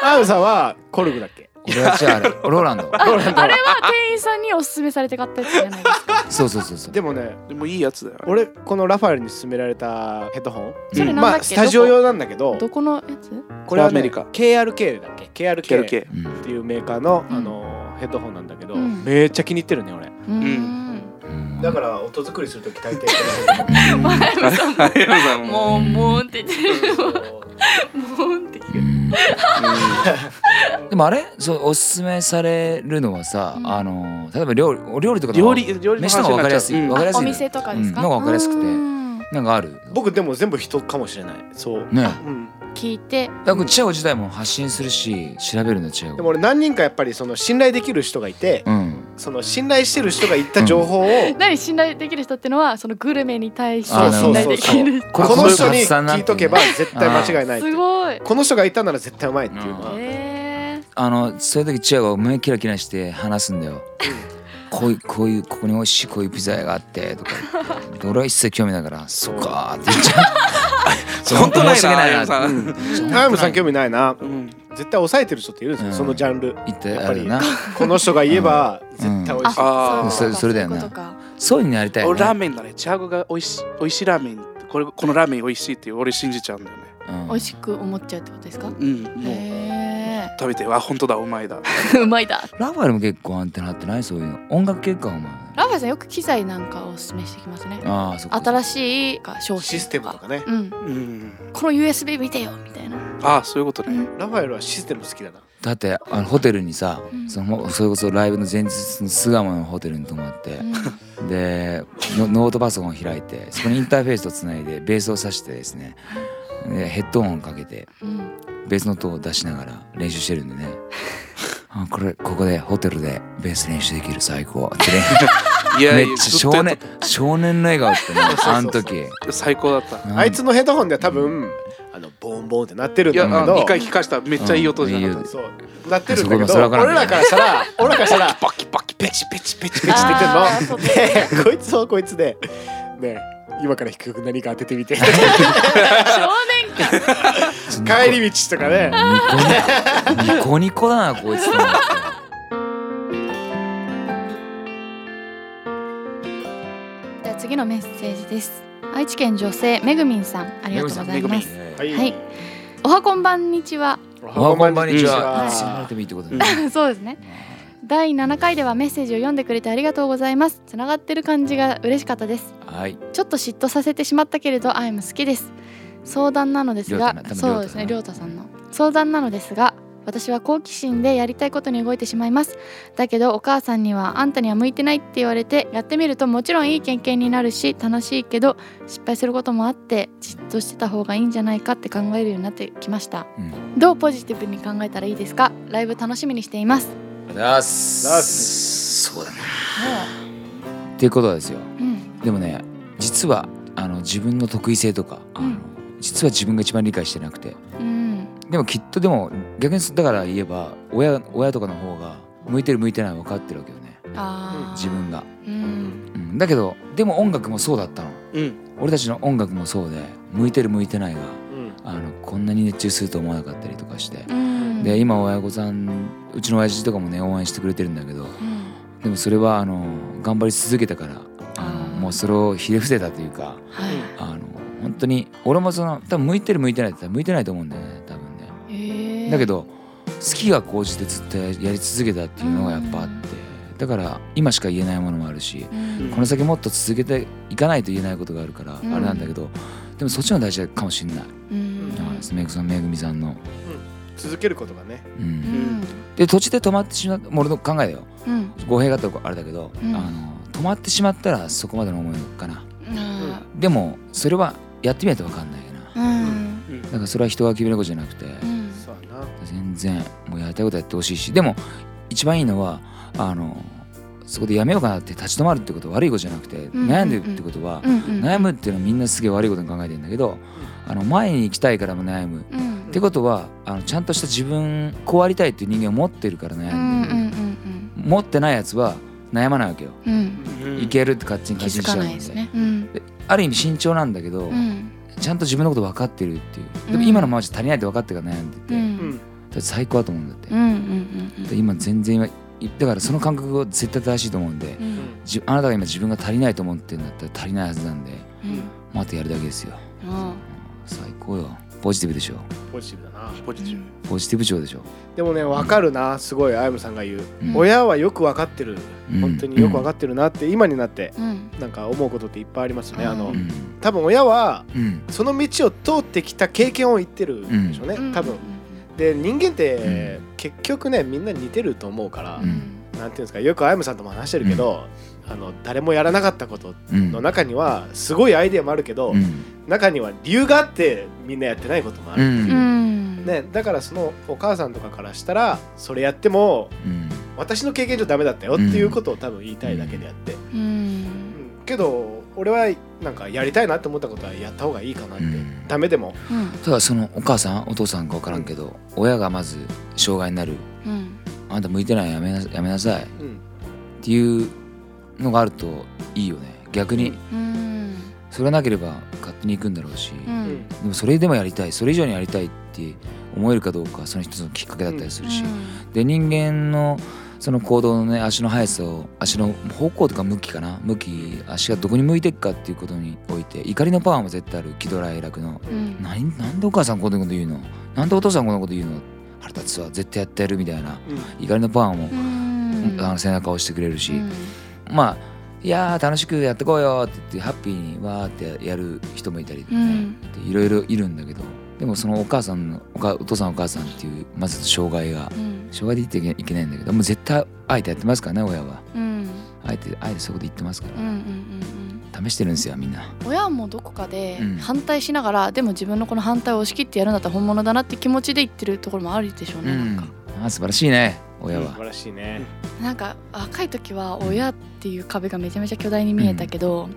Speaker 3: あゆさんはコルグだっけ
Speaker 2: 俺は違うあれローランド
Speaker 3: コルグ
Speaker 4: あれは店員さんにおすすめされて買ったやつじゃないですか
Speaker 2: そうそうそうそう
Speaker 3: でもね
Speaker 1: でもいいやつだよあれ
Speaker 3: 俺このラファエルに勧められたヘッドホン
Speaker 4: それなんだっけ
Speaker 3: まあスタジオ用なんだけど
Speaker 4: どこのやつ
Speaker 3: これはね
Speaker 1: アメリカ
Speaker 3: KRK だっけ KRK っ
Speaker 1: KLK
Speaker 2: うん
Speaker 3: ていうメーカーの
Speaker 4: うん
Speaker 3: あのヘッドホンなんだけど
Speaker 4: うん
Speaker 3: めっちゃ気に入ってるね俺
Speaker 4: うーん
Speaker 2: うん
Speaker 3: ら音作りするとき大抵
Speaker 4: アイムさん
Speaker 1: ありがとうございます
Speaker 4: もうもーんって言ってるもーんって
Speaker 2: う
Speaker 4: 言って
Speaker 2: んでもあれそうおすすめされるのはさ、
Speaker 4: うん
Speaker 2: あの例えば料理お料理とかの
Speaker 1: 料理料理の
Speaker 2: 飯
Speaker 1: 話
Speaker 2: の方
Speaker 1: に
Speaker 2: が
Speaker 1: なっちゃ
Speaker 2: 分かりや
Speaker 1: う
Speaker 2: すい、
Speaker 1: うん
Speaker 2: 分かりやす
Speaker 4: お
Speaker 2: い
Speaker 4: 店とかですか、
Speaker 2: うんのが分かりやすくて
Speaker 4: うーん
Speaker 2: なんかある
Speaker 3: 僕でも全部人かもしれないそう
Speaker 2: ね
Speaker 1: うん
Speaker 4: 聞いて
Speaker 2: だからチアゴ自体も発信するし調べるのチア
Speaker 3: でも
Speaker 2: ゴ
Speaker 3: 俺何人かやっぱりその信頼できる人がいて
Speaker 2: うん
Speaker 3: その信頼してる人が言った情報を
Speaker 4: 何信頼できる人ってのはそのグルメに対して
Speaker 2: あー
Speaker 4: 信頼でき
Speaker 3: な
Speaker 4: る
Speaker 2: これ
Speaker 3: この人
Speaker 2: こうい
Speaker 3: に
Speaker 2: う発散なん
Speaker 3: 聞
Speaker 2: て
Speaker 3: いとけば絶対間違いないってい
Speaker 4: す
Speaker 3: う
Speaker 4: ごい
Speaker 3: この人がいたなら絶対うまいっていうのは
Speaker 4: え
Speaker 2: あのそういう時チアゴ目キラキラして話すんだよこういうこういうここに美味しいこういうピザ屋があってとかで俺は一切興味ないから「そっか」って言っちゃう そう
Speaker 1: 本当ない
Speaker 2: 申し訳
Speaker 1: なあ
Speaker 2: な
Speaker 1: や
Speaker 2: い
Speaker 1: むさ
Speaker 2: なうん
Speaker 1: ん
Speaker 3: タイムさん興味ないな
Speaker 1: うん
Speaker 3: 絶対抑えてる人っているんですよ
Speaker 2: うん
Speaker 3: そのジャンル
Speaker 2: 言ってあるよな
Speaker 3: この人が言えば絶対美味しい
Speaker 1: あ
Speaker 4: ー
Speaker 1: ー
Speaker 2: それそれだよな
Speaker 4: そういうことか
Speaker 2: そうになりたいよ
Speaker 1: 俺
Speaker 2: ね
Speaker 1: ラーメンだねチャーゴが美味しい美味しいラーメンこれこのラーメン美味しいって俺信じちゃうんだよね
Speaker 2: うん
Speaker 4: 美味しく思っちゃうってことですか
Speaker 1: うんもう
Speaker 4: へ
Speaker 1: 食べてあ本当だうまいだ
Speaker 4: えうまいだ
Speaker 2: ラファエルも結構アンテナ張ってないそういうの音楽系かお前
Speaker 4: ラファエルさんよく機材なんかをおすすめしてきますね
Speaker 2: ああそっか
Speaker 4: 新しいか商品
Speaker 3: システムとかね
Speaker 4: うん
Speaker 1: うん
Speaker 4: この USB 見てよみたいな
Speaker 1: ああそういうことね
Speaker 3: ラファエルはシステム好きだな
Speaker 2: だってあのホテルにさ、
Speaker 4: うん
Speaker 2: そのそれこそライブの前日の巣鴨のホテルに泊まって、でのノートパソコンを開いてそこにインターフェースとつないでベースを挿してですねでヘッドホンをかけて
Speaker 4: うん
Speaker 2: ベースの音を出しながら練習してるんで ねあこれここでホテルでベース練習できる 最高ってね
Speaker 1: いや
Speaker 2: め
Speaker 1: い
Speaker 2: っ
Speaker 1: や
Speaker 2: ちゃ
Speaker 1: ずっとや
Speaker 2: 少
Speaker 1: っ
Speaker 2: 年少年の笑 顔ってねあの時
Speaker 1: た最高だった
Speaker 2: うん
Speaker 3: あいつのヘッドホンでは多分あのボンボンってなってるん
Speaker 1: いや
Speaker 3: だ
Speaker 1: あ
Speaker 3: け
Speaker 1: の
Speaker 3: ど
Speaker 1: 二回聞かしためっちゃいい音じゃなかっ
Speaker 3: そうなってるんだけど
Speaker 2: そこもそれは分からん
Speaker 3: 俺らからし たら俺らからしたら
Speaker 1: たバキバキペチペチペチペチ
Speaker 3: 口
Speaker 1: って
Speaker 4: あー
Speaker 3: 出
Speaker 4: そうだ
Speaker 3: て んのこいつはこいつでね今から低く何か当て てみて
Speaker 4: 少年感
Speaker 3: 帰り道とかね
Speaker 2: ニコニコニコニコだなこいつと思って
Speaker 4: じゃあ次のメッセージです愛知県女性めぐみんさんありがとうございます
Speaker 2: す
Speaker 3: はい
Speaker 4: はいおはこんばんにちは
Speaker 2: おはこんばんにち
Speaker 3: う
Speaker 2: は。
Speaker 3: ん
Speaker 2: つまれてもいいってことね。
Speaker 4: そうですね第7回ではメッセージを読んでくれてありがとうございますつながってる感じが嬉しかったです
Speaker 2: はい。
Speaker 4: ちょっと嫉妬させてしまったけれどアイム好きです相談なのですが
Speaker 2: りょうたな多分
Speaker 4: そうですねり
Speaker 2: り
Speaker 4: ょ
Speaker 2: ょ
Speaker 4: う
Speaker 2: う
Speaker 4: た
Speaker 2: た
Speaker 4: さ
Speaker 2: さ
Speaker 4: ん
Speaker 2: ん
Speaker 4: の相談なのですが私は好奇心でやりたいことに動いてしまいますだけどお母さんにはあんたには向いてないって言われてやってみるともちろんいい経験になるし楽しいけど失敗することもあってじっとしてた方がいいんじゃないかって考えるようになってきました、
Speaker 2: うん
Speaker 4: どうポジティブに考えたらいいですかライブ楽しみにしています
Speaker 2: だっ
Speaker 3: だっ
Speaker 2: すそうだなっていうことですよ
Speaker 4: うん
Speaker 2: でもね実はあの自分の得意性とか、あの
Speaker 4: うん
Speaker 2: 実は自分が一番理解してなくて
Speaker 4: うん
Speaker 2: でもきっとでも逆にだから言えば親親とかの方が向いてる向いてない分かってるわけよね
Speaker 4: あー
Speaker 2: 自分が、
Speaker 4: うん
Speaker 2: うん、だけどでも音楽もそうだったの
Speaker 3: うん
Speaker 2: 俺たちの音楽もそうで向いてる向いてないが
Speaker 3: うん
Speaker 2: あのこんなに熱中すると思わなかったりとかして
Speaker 4: う、ん
Speaker 2: で今親御さんうちの親父とかもね応援してくれてるんだけど
Speaker 4: うん
Speaker 2: でもそれはあの頑張り続けたからあの
Speaker 4: あー
Speaker 2: もうそれをひれ伏せたというか
Speaker 4: はい
Speaker 2: あの本当に俺もその多分向いてる向いてないって言ったら向いてないと思うんだよね多分ね。
Speaker 4: へー
Speaker 2: だけど好きが高じてずっとやり続けたっていうのがやっぱあってだから今しか言えないものもあるし
Speaker 4: うん
Speaker 2: この先もっと続けていかないと言えないことがあるからあ
Speaker 4: うん
Speaker 2: れなんだけどでもそっちの方が大事かもしれない
Speaker 4: うん
Speaker 2: だからそのめぐそのめぐみさんの。
Speaker 3: 続けることがね
Speaker 2: う、
Speaker 4: うんん
Speaker 2: で途中で止まってしまった俺の考えだよ
Speaker 4: うん
Speaker 2: 語弊があったらあれだけど、
Speaker 4: うん
Speaker 2: あの止まってしまったらそこまでの思いかな
Speaker 4: あ
Speaker 2: でもそれはやってみないと分かんないよな
Speaker 4: ーうん
Speaker 3: うん
Speaker 2: だからそれは人が決めることじゃなくて、
Speaker 4: うん
Speaker 3: そうやな
Speaker 2: 全然もうやりたいことやってほしいしでも一番いいのはあのそこでやめようかなって立ち止まるってことは悪いことじゃなくて、
Speaker 4: ん
Speaker 2: 悩んでるってことは、
Speaker 4: うんうん
Speaker 2: 悩むっていうのはみんなすげえ悪いことに考えてるんだけど、あの前に行きたいからも悩む、っ
Speaker 4: うん
Speaker 2: てことはあのちゃんとした自分こうありたいっていう人間を持ってるから
Speaker 4: う
Speaker 2: 悩ん
Speaker 4: ん
Speaker 2: で
Speaker 4: う
Speaker 2: る、
Speaker 4: んうん
Speaker 2: 持ってないやつは悩まないわけよ、
Speaker 4: うんうん
Speaker 3: うん
Speaker 2: いけるって勝手に
Speaker 4: 気
Speaker 2: 確信
Speaker 4: づ
Speaker 2: しちゃ
Speaker 4: か
Speaker 2: う
Speaker 4: ない
Speaker 2: ん
Speaker 4: ですねうん
Speaker 2: ある意味慎重なんだけど、
Speaker 4: うん
Speaker 2: ちゃんと自分のこと分かってるっていうで
Speaker 4: う
Speaker 2: も
Speaker 4: ん
Speaker 2: 今のままじゃ足りないって分かってから悩んでて、
Speaker 4: う
Speaker 2: だ
Speaker 3: うんん
Speaker 2: って最高だと思うんだって、
Speaker 4: うんうんうん
Speaker 2: で今全然今だからその感覚を絶対正しいと思うんで
Speaker 4: う
Speaker 3: うんん
Speaker 2: じあなたが今自分が足りないと思ってるんだったら足りないはずなんで
Speaker 4: うん
Speaker 2: またやるだけですよ
Speaker 4: あ
Speaker 2: 最高よポジティブでしょ
Speaker 3: ポジティブだな
Speaker 1: ポジティ
Speaker 2: ポジティブ長でしょ、
Speaker 3: でもね分かるなすごいあやむさんが言う
Speaker 2: うん
Speaker 3: 親はよく分かってる
Speaker 2: うん
Speaker 3: 本当によく分かってるなって今になって
Speaker 4: ーうん
Speaker 3: なんか思うことっていっぱいありますねあの
Speaker 2: うん
Speaker 3: 多分親は
Speaker 2: うん
Speaker 3: その道を通ってきた経験を言ってるんでしょうね
Speaker 4: うん
Speaker 3: 多分で人間って結局ねみんな似てると思うから
Speaker 4: うん
Speaker 3: なんていうんですかよくあやむさんとも話してるけどあの誰もやらなかったこと
Speaker 2: うん
Speaker 3: の中にはすごいアイデアもあるけど
Speaker 2: うん
Speaker 3: 中には理由があってみんなやってないこともあ
Speaker 2: う
Speaker 3: る、
Speaker 4: うんん
Speaker 3: ね、だからそのお母さんとかからしたらそれやっても
Speaker 2: うん
Speaker 3: 私の経験上ダメだったよっていうことを多分言いたいだけであって、
Speaker 4: うん
Speaker 3: うんけど俺はなんかやりたいなって思ったことはやった方がいいかなって、
Speaker 2: うん
Speaker 3: ダメでも
Speaker 4: うん
Speaker 2: ただそのお母さんお父さんか分からんけど、親がまず障害になる
Speaker 4: うん
Speaker 2: あんた向いてないやめなやめなさいっ
Speaker 3: うん
Speaker 2: ていうのがあるといいよね逆に
Speaker 4: うん
Speaker 2: それがなければ勝手に行くんだろうし、で
Speaker 4: う
Speaker 3: うん
Speaker 4: ん
Speaker 2: もそれでもやりたいそれ以上にやりたいって思えるかどうかその一つのきっかけだったりするし、で人間のその行動のね足の速さを足の方向とか向きかな向き足がどこに向いていくかっていうことにおいて怒りのパワーも絶対ある喜怒哀楽の
Speaker 4: うん
Speaker 2: 何なんでお母さんこんなこと言うのなんでお父さんこんなこと言うの腹立つわ絶対やってやるみたいな怒りのパワーも、
Speaker 4: うん
Speaker 2: あの背中を押してくれるし、
Speaker 4: うん
Speaker 2: まあいやー楽しくやってこうよって言ってハッピーにわーってやる人もいたり
Speaker 4: う
Speaker 2: ね
Speaker 4: ん
Speaker 2: いろいろいるんだけどでもそのお母さんのおかお父さんお母さんっていうまず障害が
Speaker 4: うん
Speaker 2: 障害で言ってはいけないんだけどもう絶対あえてやってますからね親は
Speaker 4: うん
Speaker 2: あえてあえてそこで言ってますか
Speaker 4: うんうんうん
Speaker 2: ら試してるんですよみんな
Speaker 4: 親もどこかで
Speaker 2: うん
Speaker 4: 反対しながら、でも自分のこの反対を押し切ってやるんだったら本物だなって気持ちで言ってるところもあるでしょう
Speaker 2: う
Speaker 4: ね、
Speaker 2: ん
Speaker 4: なんか
Speaker 2: あー素晴らしいね親
Speaker 3: 素晴
Speaker 2: は
Speaker 3: らしいね、
Speaker 4: なんか若い時は親っていう壁がめちゃめちゃ巨大に見えたけど、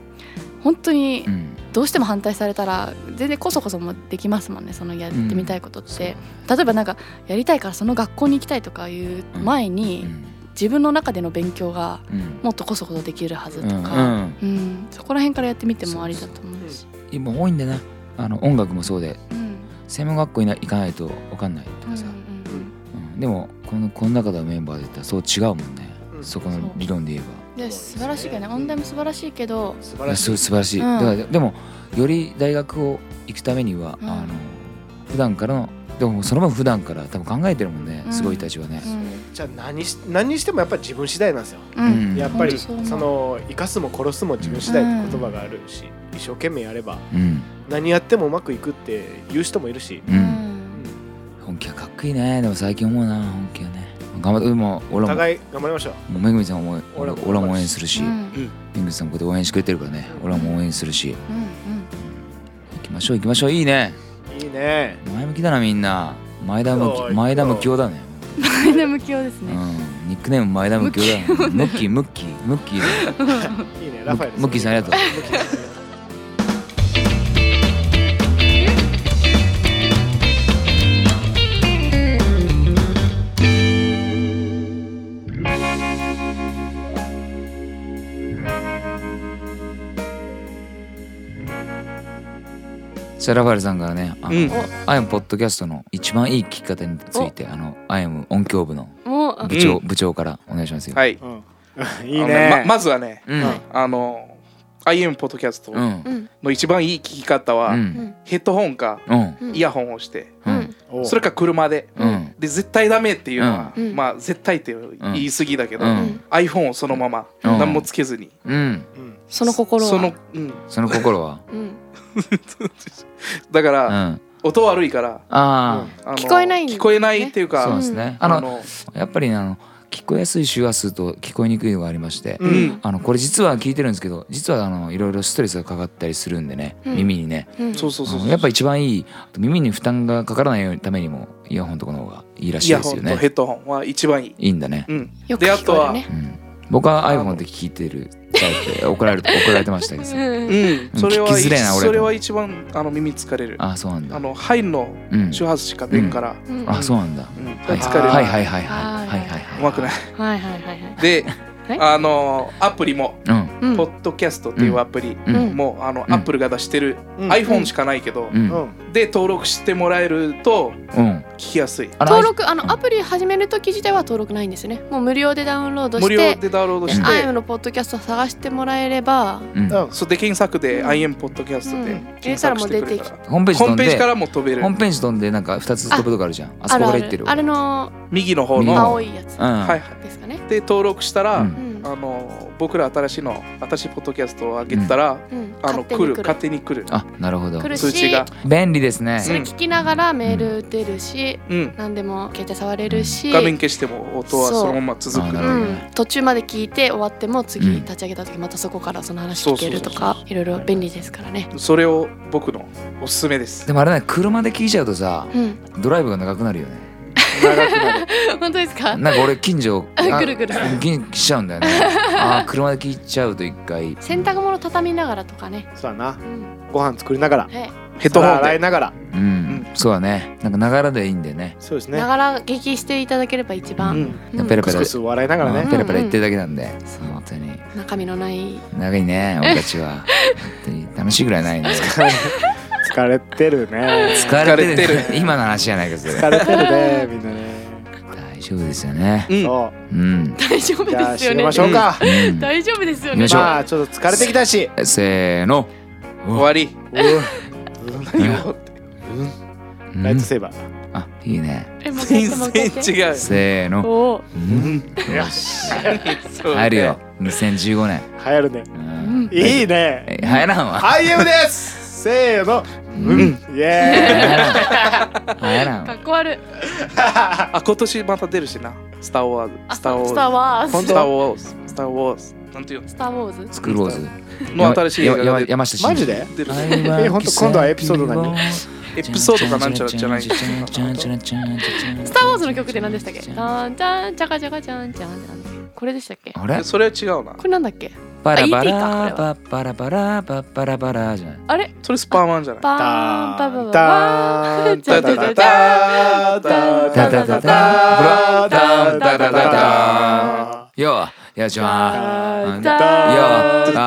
Speaker 4: 本当に
Speaker 2: うん
Speaker 4: どうしても反対されたら全然こそこそもできますもんねそのやってみたいことっ
Speaker 2: そう
Speaker 4: て、例えばなんかやりたいからその学校に行きたいとかいう前
Speaker 2: う
Speaker 4: に、
Speaker 2: ん
Speaker 4: 自分の中での勉強が
Speaker 2: うん
Speaker 4: もっとこそこそできるはず
Speaker 2: う
Speaker 4: と
Speaker 2: ん
Speaker 4: か、うん
Speaker 2: うん
Speaker 4: そこら辺からやってみてもありだと思うし。
Speaker 2: 今多いんだよなあの音楽もそうで
Speaker 4: うん
Speaker 2: 専門学校に行かないと分かんないとかさ、
Speaker 4: うんうんうん
Speaker 2: うんでもこのこの中のメンバーで言ったらそう違うもんね、
Speaker 3: うん
Speaker 2: そこの理論で言えば
Speaker 3: そう
Speaker 4: で
Speaker 3: です
Speaker 4: 素
Speaker 3: ね
Speaker 4: 晴らしいよね音大も素晴らしいけど
Speaker 3: 素晴
Speaker 2: いや
Speaker 3: らし
Speaker 2: そ
Speaker 3: い
Speaker 2: れ素晴らしい、
Speaker 4: うん
Speaker 2: だからでもより大学を行くためには、
Speaker 4: うん
Speaker 2: あの普段からのでもその分普段から多分考えてるもんね、
Speaker 4: うん
Speaker 2: すごい人たちはね、
Speaker 4: う
Speaker 3: じゃあ何し何にしてもやっぱり自分次第なんですよ、
Speaker 4: んうん
Speaker 2: うん
Speaker 3: やっぱ
Speaker 4: 本当
Speaker 3: り
Speaker 4: そ
Speaker 3: そう
Speaker 4: 思う
Speaker 3: の生かすも殺すも自分次第って言葉があるし、一生懸命やれば
Speaker 2: うん
Speaker 3: 何やってもうまくいくって言う人もいるし、
Speaker 2: うん
Speaker 3: うん
Speaker 2: 本本気はかっこいいねでも最近思うな本気はね頑張ってもう
Speaker 3: お
Speaker 2: 俺も
Speaker 3: 互い頑張りましょう
Speaker 2: もうめぐみさんも俺
Speaker 3: 俺も
Speaker 2: 俺も応援するし、
Speaker 4: うんう
Speaker 2: め
Speaker 4: ん
Speaker 2: ぐみさんもこうやって応援してくれてるからね俺も応援するし
Speaker 4: うん
Speaker 2: 行きましょう行きましょういいね
Speaker 3: いいね
Speaker 2: 前向きだなみんな前田向
Speaker 3: そう
Speaker 2: き前田向きおだね
Speaker 4: 前田向きようです
Speaker 2: う
Speaker 4: ね。
Speaker 2: んニックネーム前田向きおだねムッキームッキームッキーだよ
Speaker 3: いいねラファエル
Speaker 2: ムッキーさんありがとう
Speaker 3: ムッキーさん
Speaker 2: シャラファエルさんからねあの、
Speaker 1: うん
Speaker 2: アイムポッドキャストの一番いい聞き方についてあのアイム音響部の
Speaker 4: もう
Speaker 2: 部長、部長からお願いしますよ、
Speaker 1: はい。
Speaker 3: うんいい
Speaker 1: あの
Speaker 3: ね
Speaker 1: ままずはね、
Speaker 2: うん
Speaker 1: あの、IM ポッドキャスト
Speaker 2: うん
Speaker 4: う。ん
Speaker 1: の一番いい聞き方
Speaker 2: う
Speaker 1: は、
Speaker 2: ん。
Speaker 1: ヘッドホンか
Speaker 2: うん。
Speaker 4: うん
Speaker 1: イヤホンをして、
Speaker 2: う
Speaker 4: うんん。
Speaker 3: おう
Speaker 1: それか車で。
Speaker 2: うん。
Speaker 1: で、絶対ダメっていうのは、
Speaker 4: うん
Speaker 1: まあ、絶対っていう言い過ぎだけど、
Speaker 2: うん
Speaker 1: iPhone をそのまま、
Speaker 2: うん
Speaker 1: 何もつけずに。
Speaker 2: うん。
Speaker 3: うん
Speaker 4: その心は
Speaker 1: その、うん。
Speaker 2: その心は。
Speaker 4: うん
Speaker 1: だか
Speaker 2: う
Speaker 1: ら、
Speaker 2: ん。
Speaker 1: 音悪いから、
Speaker 2: あ
Speaker 1: あの
Speaker 4: 聞こえないんですね
Speaker 1: 聞こえないっていう
Speaker 2: あ。
Speaker 1: か、
Speaker 2: そうですね。あの、
Speaker 1: の、
Speaker 2: やっぱりねあの、聞こえやすい周波数と聞こえにくいのがありまして。
Speaker 1: う
Speaker 3: うんん、
Speaker 2: あの、これ実は聞いてるんですけど、実はあの、いろいろストレスがかかったりするんでね、
Speaker 4: うん
Speaker 2: 耳にね。
Speaker 4: うん
Speaker 1: そうそうそう
Speaker 2: あ
Speaker 1: そ
Speaker 2: の
Speaker 1: う。
Speaker 2: やっぱ一番いい、耳に負担がかからないようにためにも、イヤホンとかの方がいいらし
Speaker 1: イ
Speaker 2: い
Speaker 1: ヤ
Speaker 2: で
Speaker 1: ホ
Speaker 2: す
Speaker 1: ン
Speaker 2: よ
Speaker 1: とヘ
Speaker 2: ね。
Speaker 1: ッドホンは一番いい。
Speaker 2: いいんだね。
Speaker 1: うん。
Speaker 4: よく聞こえるね。
Speaker 2: うん。僕は iPhone で聞いてるタイプで怒られる、怒られてましたけど さ。
Speaker 4: うん
Speaker 1: うん。それは、
Speaker 2: 聞きづれえな俺
Speaker 1: それは一番、あの、耳疲れる。
Speaker 2: あ、そうなんだ
Speaker 1: あ。の、ハイの
Speaker 2: うん。
Speaker 1: 周波数しか出んから、
Speaker 4: うん
Speaker 2: あ、そうなんだ。
Speaker 1: うん
Speaker 2: はい
Speaker 1: 疲れる。
Speaker 2: はいはいはいはい
Speaker 4: あー
Speaker 2: はいはいは
Speaker 1: うまくない。
Speaker 4: はいはいはいはい。
Speaker 1: で
Speaker 4: え、
Speaker 1: あの、アプリも、
Speaker 2: うん
Speaker 4: うん
Speaker 1: ポッドキャストっていうアプリ
Speaker 2: うん
Speaker 1: も、あの、
Speaker 2: ん
Speaker 1: アップルが出してる
Speaker 3: うん
Speaker 1: iPhone しかないけど
Speaker 2: う、ん
Speaker 3: うん
Speaker 1: で、登録してもらえると、
Speaker 2: うん
Speaker 1: 聞きやすい。
Speaker 2: あら
Speaker 4: 登録あのアプリ始める時自体は登録ないんですよね。もう無料でダウンロード
Speaker 1: 無
Speaker 4: し
Speaker 1: 料で
Speaker 4: て、
Speaker 1: ダウンロードし
Speaker 2: うん
Speaker 4: アイム
Speaker 1: て、
Speaker 4: のポッドキャスト探してもらえれば、
Speaker 2: うん
Speaker 3: うん
Speaker 1: そうで検索で
Speaker 4: うん
Speaker 1: IM ポッドキャストで
Speaker 4: うん
Speaker 1: 検索してくれた
Speaker 4: 入れたらもう出て
Speaker 1: ら、
Speaker 2: ホームページ
Speaker 1: ホー
Speaker 2: 飛
Speaker 1: ム
Speaker 2: ん
Speaker 1: ページか
Speaker 2: で
Speaker 1: らも飛べる
Speaker 2: ホー。ムページ飛んでなんか二つ飛ぶとこあるじゃんあそこから行ってる
Speaker 4: あるあるあれの
Speaker 1: 右の方
Speaker 2: 右
Speaker 1: の、
Speaker 4: 青いやつ
Speaker 2: うん
Speaker 1: はい。
Speaker 4: ですかね。
Speaker 1: で、登録した
Speaker 2: う
Speaker 1: ら、
Speaker 2: ん
Speaker 4: うん
Speaker 1: あの僕ら新しいの新しいポッドキャストを上げてたら、
Speaker 4: うん
Speaker 1: あの
Speaker 4: 勝手
Speaker 1: 来
Speaker 4: に
Speaker 1: る
Speaker 4: 来
Speaker 1: 勝
Speaker 4: る。
Speaker 1: 手に来る
Speaker 2: あなるほど
Speaker 4: 来る
Speaker 1: 通知が
Speaker 4: し、
Speaker 2: 便利ですね
Speaker 4: それ聞きながらメール打てるし、
Speaker 1: うん、
Speaker 4: 何でも携帯触れるし、
Speaker 1: 画面消しても音は
Speaker 4: そ
Speaker 1: そ
Speaker 4: う
Speaker 1: のまま続
Speaker 2: あ
Speaker 1: く
Speaker 2: な
Speaker 4: う
Speaker 2: るほど
Speaker 4: ん
Speaker 2: ね、
Speaker 4: 途中まで聞いて終わっても
Speaker 2: うん
Speaker 4: 次立ち上げた時またそこからその話聞けるとかいろいろ便利ですからね。
Speaker 1: それを僕のおすすめです
Speaker 2: でもあれね車で聞いちゃうとさ
Speaker 4: うん、
Speaker 2: ドライブが長くなるよね
Speaker 3: 長くなる
Speaker 4: 本当ですか？
Speaker 2: なんか俺近所あ
Speaker 4: ぐるぐる。
Speaker 2: 気にしちゃうんだよねあー車で聞いちゃうと一回
Speaker 4: 洗濯物畳みながらとかね。
Speaker 3: そうだな
Speaker 4: うん、
Speaker 3: ご飯作りながら
Speaker 4: はい。
Speaker 1: ヘッドホン
Speaker 3: 皿洗い
Speaker 1: で
Speaker 3: ながら
Speaker 2: うん、
Speaker 1: うん
Speaker 2: そうだねなんかながらでいいんだよね
Speaker 3: そうですね
Speaker 4: ながら聞きしていただければ一
Speaker 1: う
Speaker 4: 番。
Speaker 1: ん
Speaker 4: うん
Speaker 2: ペラ
Speaker 3: ク
Speaker 2: ペ
Speaker 3: ス
Speaker 2: ラ
Speaker 3: クス笑いながら
Speaker 2: う
Speaker 3: ね
Speaker 2: んペラペラ言ってるだけなんで本当に
Speaker 4: 中身のない。
Speaker 2: 長いね俺たちは本当に楽しいぐらいないね
Speaker 3: 疲れてるね
Speaker 2: 疲れてる
Speaker 1: 疲れてる
Speaker 2: 今の話じゃないかそれ
Speaker 3: 疲れてるねみんなね
Speaker 2: 大丈夫ですよね
Speaker 1: うん
Speaker 3: そ
Speaker 2: うん
Speaker 4: 大丈夫
Speaker 3: うじゃあ
Speaker 4: ですよ
Speaker 3: 締め
Speaker 4: ね。
Speaker 3: ましょうか
Speaker 2: うん
Speaker 4: 大丈夫ですよ
Speaker 2: よ
Speaker 4: ね
Speaker 2: い。しょ
Speaker 3: まあちょっと疲れてきたし
Speaker 2: せーの
Speaker 1: 終わり
Speaker 3: うん
Speaker 2: うん
Speaker 3: ライトセーバー
Speaker 2: あいいね
Speaker 4: えもう
Speaker 1: 全
Speaker 4: 一回もう一回。
Speaker 1: 然違う
Speaker 2: せーの
Speaker 4: おお。
Speaker 2: うんよし入るよ2015年
Speaker 3: 流行るね
Speaker 2: うん
Speaker 3: いいね
Speaker 2: え入らんわ
Speaker 3: IM ですせーのうんイ
Speaker 2: 入
Speaker 3: エ
Speaker 2: らん入らん
Speaker 4: か
Speaker 2: わ
Speaker 4: っこ悪い。
Speaker 1: あ今年また出るしなスター・ウォー
Speaker 4: あ
Speaker 1: ズスター・ウォ
Speaker 4: スター
Speaker 1: ー
Speaker 4: ワー
Speaker 1: ズ
Speaker 4: ズ。
Speaker 1: スター・ウォーズスター・ウォーズなんていう
Speaker 4: スターウォーズ。
Speaker 2: スクローズ
Speaker 1: のの新しい映
Speaker 2: や
Speaker 1: 画が
Speaker 2: や
Speaker 1: 出て
Speaker 2: 山下
Speaker 3: ーマジで
Speaker 1: 出る
Speaker 3: えほんと今度はエピソード何
Speaker 1: エピソードかなんちゃらじゃない
Speaker 2: スタ
Speaker 4: スターウォーズ
Speaker 2: ー
Speaker 4: の曲って何でしたっけ？ダンダンチャカチャカチャンチャンチャンってこれでしたっけ？こ
Speaker 2: あれ
Speaker 1: それは違うな
Speaker 4: れなんだっけ？
Speaker 2: バラバ
Speaker 4: ET か
Speaker 2: ラ
Speaker 4: こ
Speaker 2: ババ
Speaker 4: れ
Speaker 2: ラバラババラバラじゃない
Speaker 4: あれ？
Speaker 1: それスパーマンじゃない
Speaker 4: バーンババババーン。
Speaker 3: ダ
Speaker 1: ダ
Speaker 3: ン
Speaker 1: ダ
Speaker 3: ダ
Speaker 1: ダ
Speaker 3: ダ
Speaker 1: ダダダダダダダダダダダ
Speaker 2: よはよいしょー
Speaker 4: ダ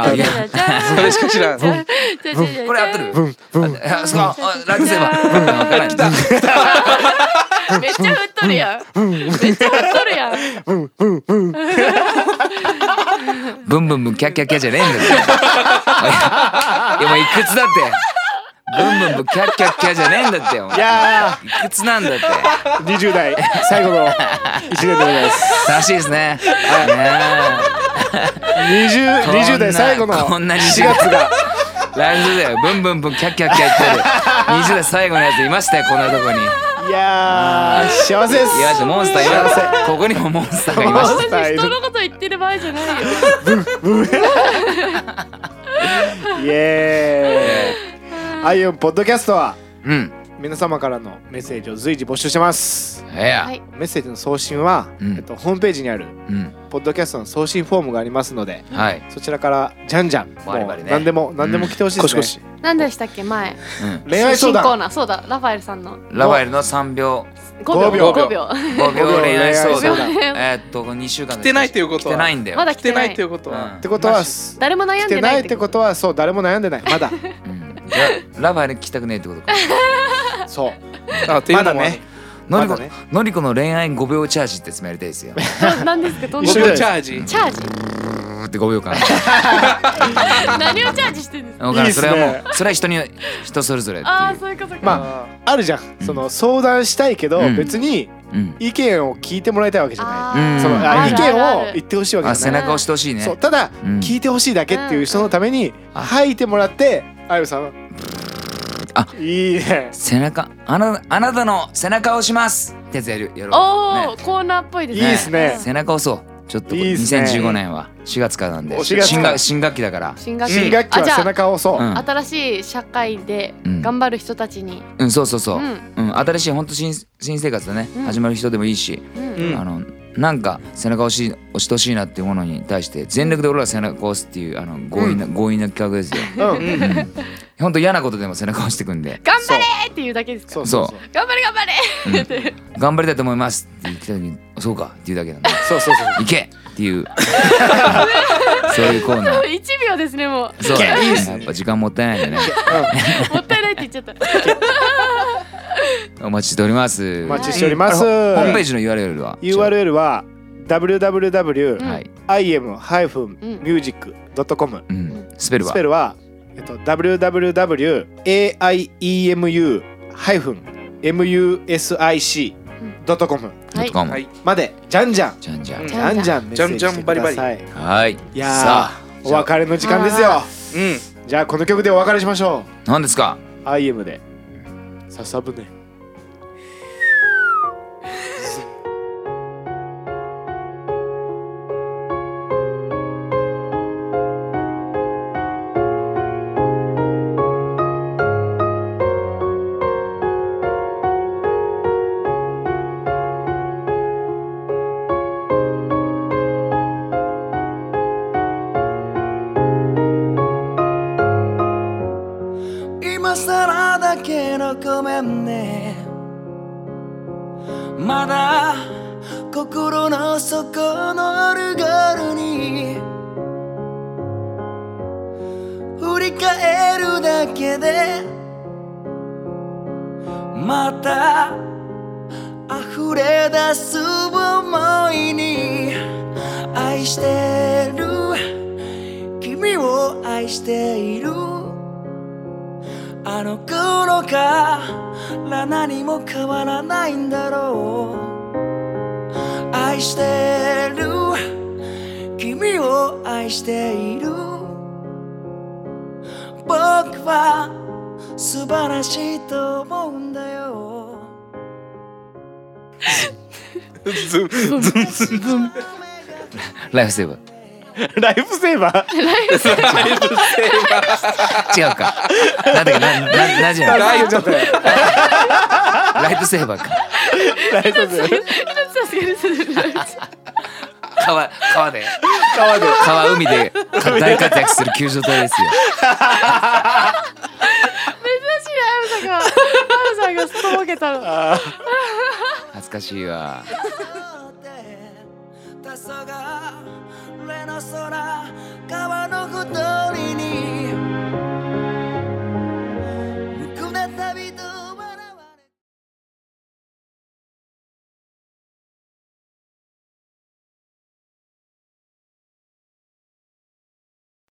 Speaker 2: あいや
Speaker 1: それしか知らん
Speaker 2: これ合ってる
Speaker 3: ブンブン
Speaker 2: いやそこあラジオセーバーうんわからん
Speaker 4: めっちゃ振っとるやん。めっちゃ振っとるやん。
Speaker 2: ブンブンブンキャッキャッキャじゃねえんだよ。いやもういくつだって。ブンブンブンキャッキャッキャじゃねえんだってよ。
Speaker 3: いや
Speaker 2: いくつなんだって。
Speaker 3: ー20代最後の1年でございます
Speaker 2: 楽しいですね。ねえ
Speaker 3: 20, 20代最後の
Speaker 2: こんな
Speaker 3: 4
Speaker 2: に
Speaker 3: 月が
Speaker 2: ラジオだよ。ブンブンブンキャッキャッキャ言ってる。20代最後のやついましたよこんなとこに。
Speaker 3: いやー
Speaker 2: あー
Speaker 3: 幸せです
Speaker 2: いやじゃあモンスターいましたここにもモンスターがいまし
Speaker 3: モンスターいる
Speaker 4: 人のこと言ってる場合じゃないよ。
Speaker 3: イエーイあゆんポッドキャストは
Speaker 2: たうん
Speaker 3: 皆様からのメッセージを随時募集してます
Speaker 2: ええや
Speaker 4: はい
Speaker 3: メッセージの送信は、
Speaker 2: うん
Speaker 3: えっと、ホームページにある
Speaker 2: うん
Speaker 3: ポッドキャストの送信フォームがありますので
Speaker 2: はい
Speaker 3: そちらからじゃんじゃん
Speaker 2: バリバリね
Speaker 3: もう何でも何でも来てほしいですね、
Speaker 1: コシ
Speaker 4: 何でしたっけ前。
Speaker 2: うん
Speaker 3: 恋愛相
Speaker 4: 新コー
Speaker 3: 談
Speaker 4: ナーそうだラファエルさんの
Speaker 2: ラファエルの3秒
Speaker 4: 5秒
Speaker 3: 五秒
Speaker 4: 5秒。
Speaker 2: 5秒恋愛相
Speaker 3: 恋愛相
Speaker 2: 談
Speaker 3: 談
Speaker 2: えーっと2週間
Speaker 1: 来てないということ
Speaker 2: 来
Speaker 1: は
Speaker 2: てないんだよ
Speaker 4: まだ
Speaker 1: 来てないということ
Speaker 2: うん
Speaker 1: は
Speaker 3: ってことは
Speaker 1: マジ
Speaker 3: す
Speaker 4: 誰も悩
Speaker 3: 来
Speaker 4: ん
Speaker 3: て
Speaker 4: で
Speaker 3: な
Speaker 4: ないい
Speaker 3: ってことはそう誰も悩んでないまだ
Speaker 2: うんじゃあラファエル聞きたくねえってことか
Speaker 3: そう
Speaker 1: あっていう
Speaker 3: ま
Speaker 1: の
Speaker 3: だ
Speaker 1: も
Speaker 3: ね
Speaker 2: のり
Speaker 3: ま
Speaker 2: こ
Speaker 3: だね
Speaker 2: のりこの恋愛5秒チャージってつもやりたいですよ
Speaker 4: と何ですかどんな
Speaker 3: 一緒
Speaker 1: 5
Speaker 3: じゃ
Speaker 1: 秒
Speaker 3: ない
Speaker 1: チャージ
Speaker 4: チャージ
Speaker 2: ブーって5秒間
Speaker 4: 何をチャージしてるんですか
Speaker 2: わから
Speaker 3: い
Speaker 2: ん
Speaker 3: いっす
Speaker 2: そ
Speaker 3: ね
Speaker 2: れはもうそれは人に人それぞれって
Speaker 4: ああ
Speaker 2: い
Speaker 4: ー
Speaker 2: う
Speaker 4: そういうことか、
Speaker 3: まあるじゃん
Speaker 2: うん
Speaker 3: その相談したいけど
Speaker 2: うん
Speaker 3: 別に
Speaker 2: うん
Speaker 3: 意見を聞いてもらいたいわけじゃない
Speaker 4: あー
Speaker 2: うん
Speaker 3: その
Speaker 2: あ
Speaker 3: あ意
Speaker 2: る
Speaker 3: 見を
Speaker 4: る
Speaker 3: 言ってほしいわけ
Speaker 2: あ
Speaker 3: じゃ
Speaker 2: 背
Speaker 3: ない
Speaker 2: 中押してほしいね
Speaker 3: そうただ
Speaker 2: うん
Speaker 3: 聞いてほしいだけっていう人のために
Speaker 2: あ
Speaker 3: 吐いてもらってあゆさん
Speaker 2: あ
Speaker 3: いいね
Speaker 2: 背中あなあなたの背中を押しますってやつやるやろう
Speaker 4: おお、
Speaker 2: ね
Speaker 4: コーナーっぽいですね
Speaker 3: いいですね
Speaker 2: 背中押そうちょっと
Speaker 3: いいっすね
Speaker 2: 2015年は4月からなんで
Speaker 3: お4月
Speaker 2: 新学新学期だから
Speaker 4: 新学期
Speaker 3: 新学期
Speaker 4: あ
Speaker 3: は
Speaker 4: じゃ
Speaker 3: 背
Speaker 4: あ、
Speaker 3: 中を押そううん
Speaker 4: 新しい社会で
Speaker 2: うん
Speaker 4: 頑張る人たちに
Speaker 2: うんそうそう
Speaker 4: う
Speaker 2: そうんうん新しい本当新新生活だね
Speaker 4: うん
Speaker 2: 始まる人でもいいし
Speaker 4: うん、
Speaker 1: うん
Speaker 2: あのなんか背中押し押してほしいなっていうものに対して全力で俺ら背中押すっていうあの強引な強引な企画ですよ
Speaker 3: うん
Speaker 1: う
Speaker 2: うんん本当嫌なことでも背中押してくんで
Speaker 4: 頑張れーっていうだけですか
Speaker 3: そうそうそう
Speaker 4: 頑張れ頑張れーって
Speaker 2: 頑張りたいと思いますって言った時にそうかっていうだけなんで
Speaker 3: そうそうそう
Speaker 2: 行けって いうそういうコーナー
Speaker 4: 1秒ですねもう
Speaker 2: そうだねやっぱ時間もったいないんでね
Speaker 4: もったいないって言っちゃった
Speaker 2: お待ちしておりま
Speaker 3: う
Speaker 2: す
Speaker 3: んお
Speaker 4: 待
Speaker 3: 待ちしております
Speaker 2: あのホームページの URL は
Speaker 3: URL は
Speaker 4: うん
Speaker 3: www
Speaker 2: はい
Speaker 3: im-music.com
Speaker 2: うんスペル
Speaker 3: ス
Speaker 2: は
Speaker 3: ペルは、えっと、www.aiemu-music.com
Speaker 4: は
Speaker 2: ドッ
Speaker 4: い
Speaker 2: トコム
Speaker 1: はい
Speaker 3: までじゃんじゃん
Speaker 2: じゃんじゃん
Speaker 1: うん
Speaker 3: じゃ んじゃんメッセージ
Speaker 1: じゃんじゃ
Speaker 3: して
Speaker 1: ん
Speaker 3: く
Speaker 1: バリ
Speaker 3: だ
Speaker 1: バリ
Speaker 3: さい
Speaker 2: はい
Speaker 3: いやー
Speaker 2: さあ
Speaker 3: お別れの時間ですよ
Speaker 1: うん
Speaker 3: じゃあこの曲でお別れしましょ
Speaker 2: 何ですか
Speaker 3: う IM で笹舟
Speaker 2: 今更だけどごめんねまだ心の底のオルガルに振り返るだけでまた溢れ出す想いに愛してる君を愛しているあの頃から何も変わらないんだろう愛してる君を愛している僕は素晴らしいと思うんだよ
Speaker 1: ズンズンズン ズン
Speaker 2: ライフセーブ
Speaker 3: ライフセーバー
Speaker 2: 違うかなんだっけなななじゃ
Speaker 1: ライ
Speaker 3: ち
Speaker 1: ト
Speaker 3: ょっとラ
Speaker 2: ライトセーバーか
Speaker 3: イフセーバー
Speaker 4: さすがです
Speaker 2: 川川で
Speaker 3: 川で
Speaker 2: 川海で大活躍する救助隊ですよ
Speaker 4: 珍しいアムさんがアムさんがすっとぼけたの
Speaker 3: あ
Speaker 2: 恥ずかしいわ黄昏のほとりに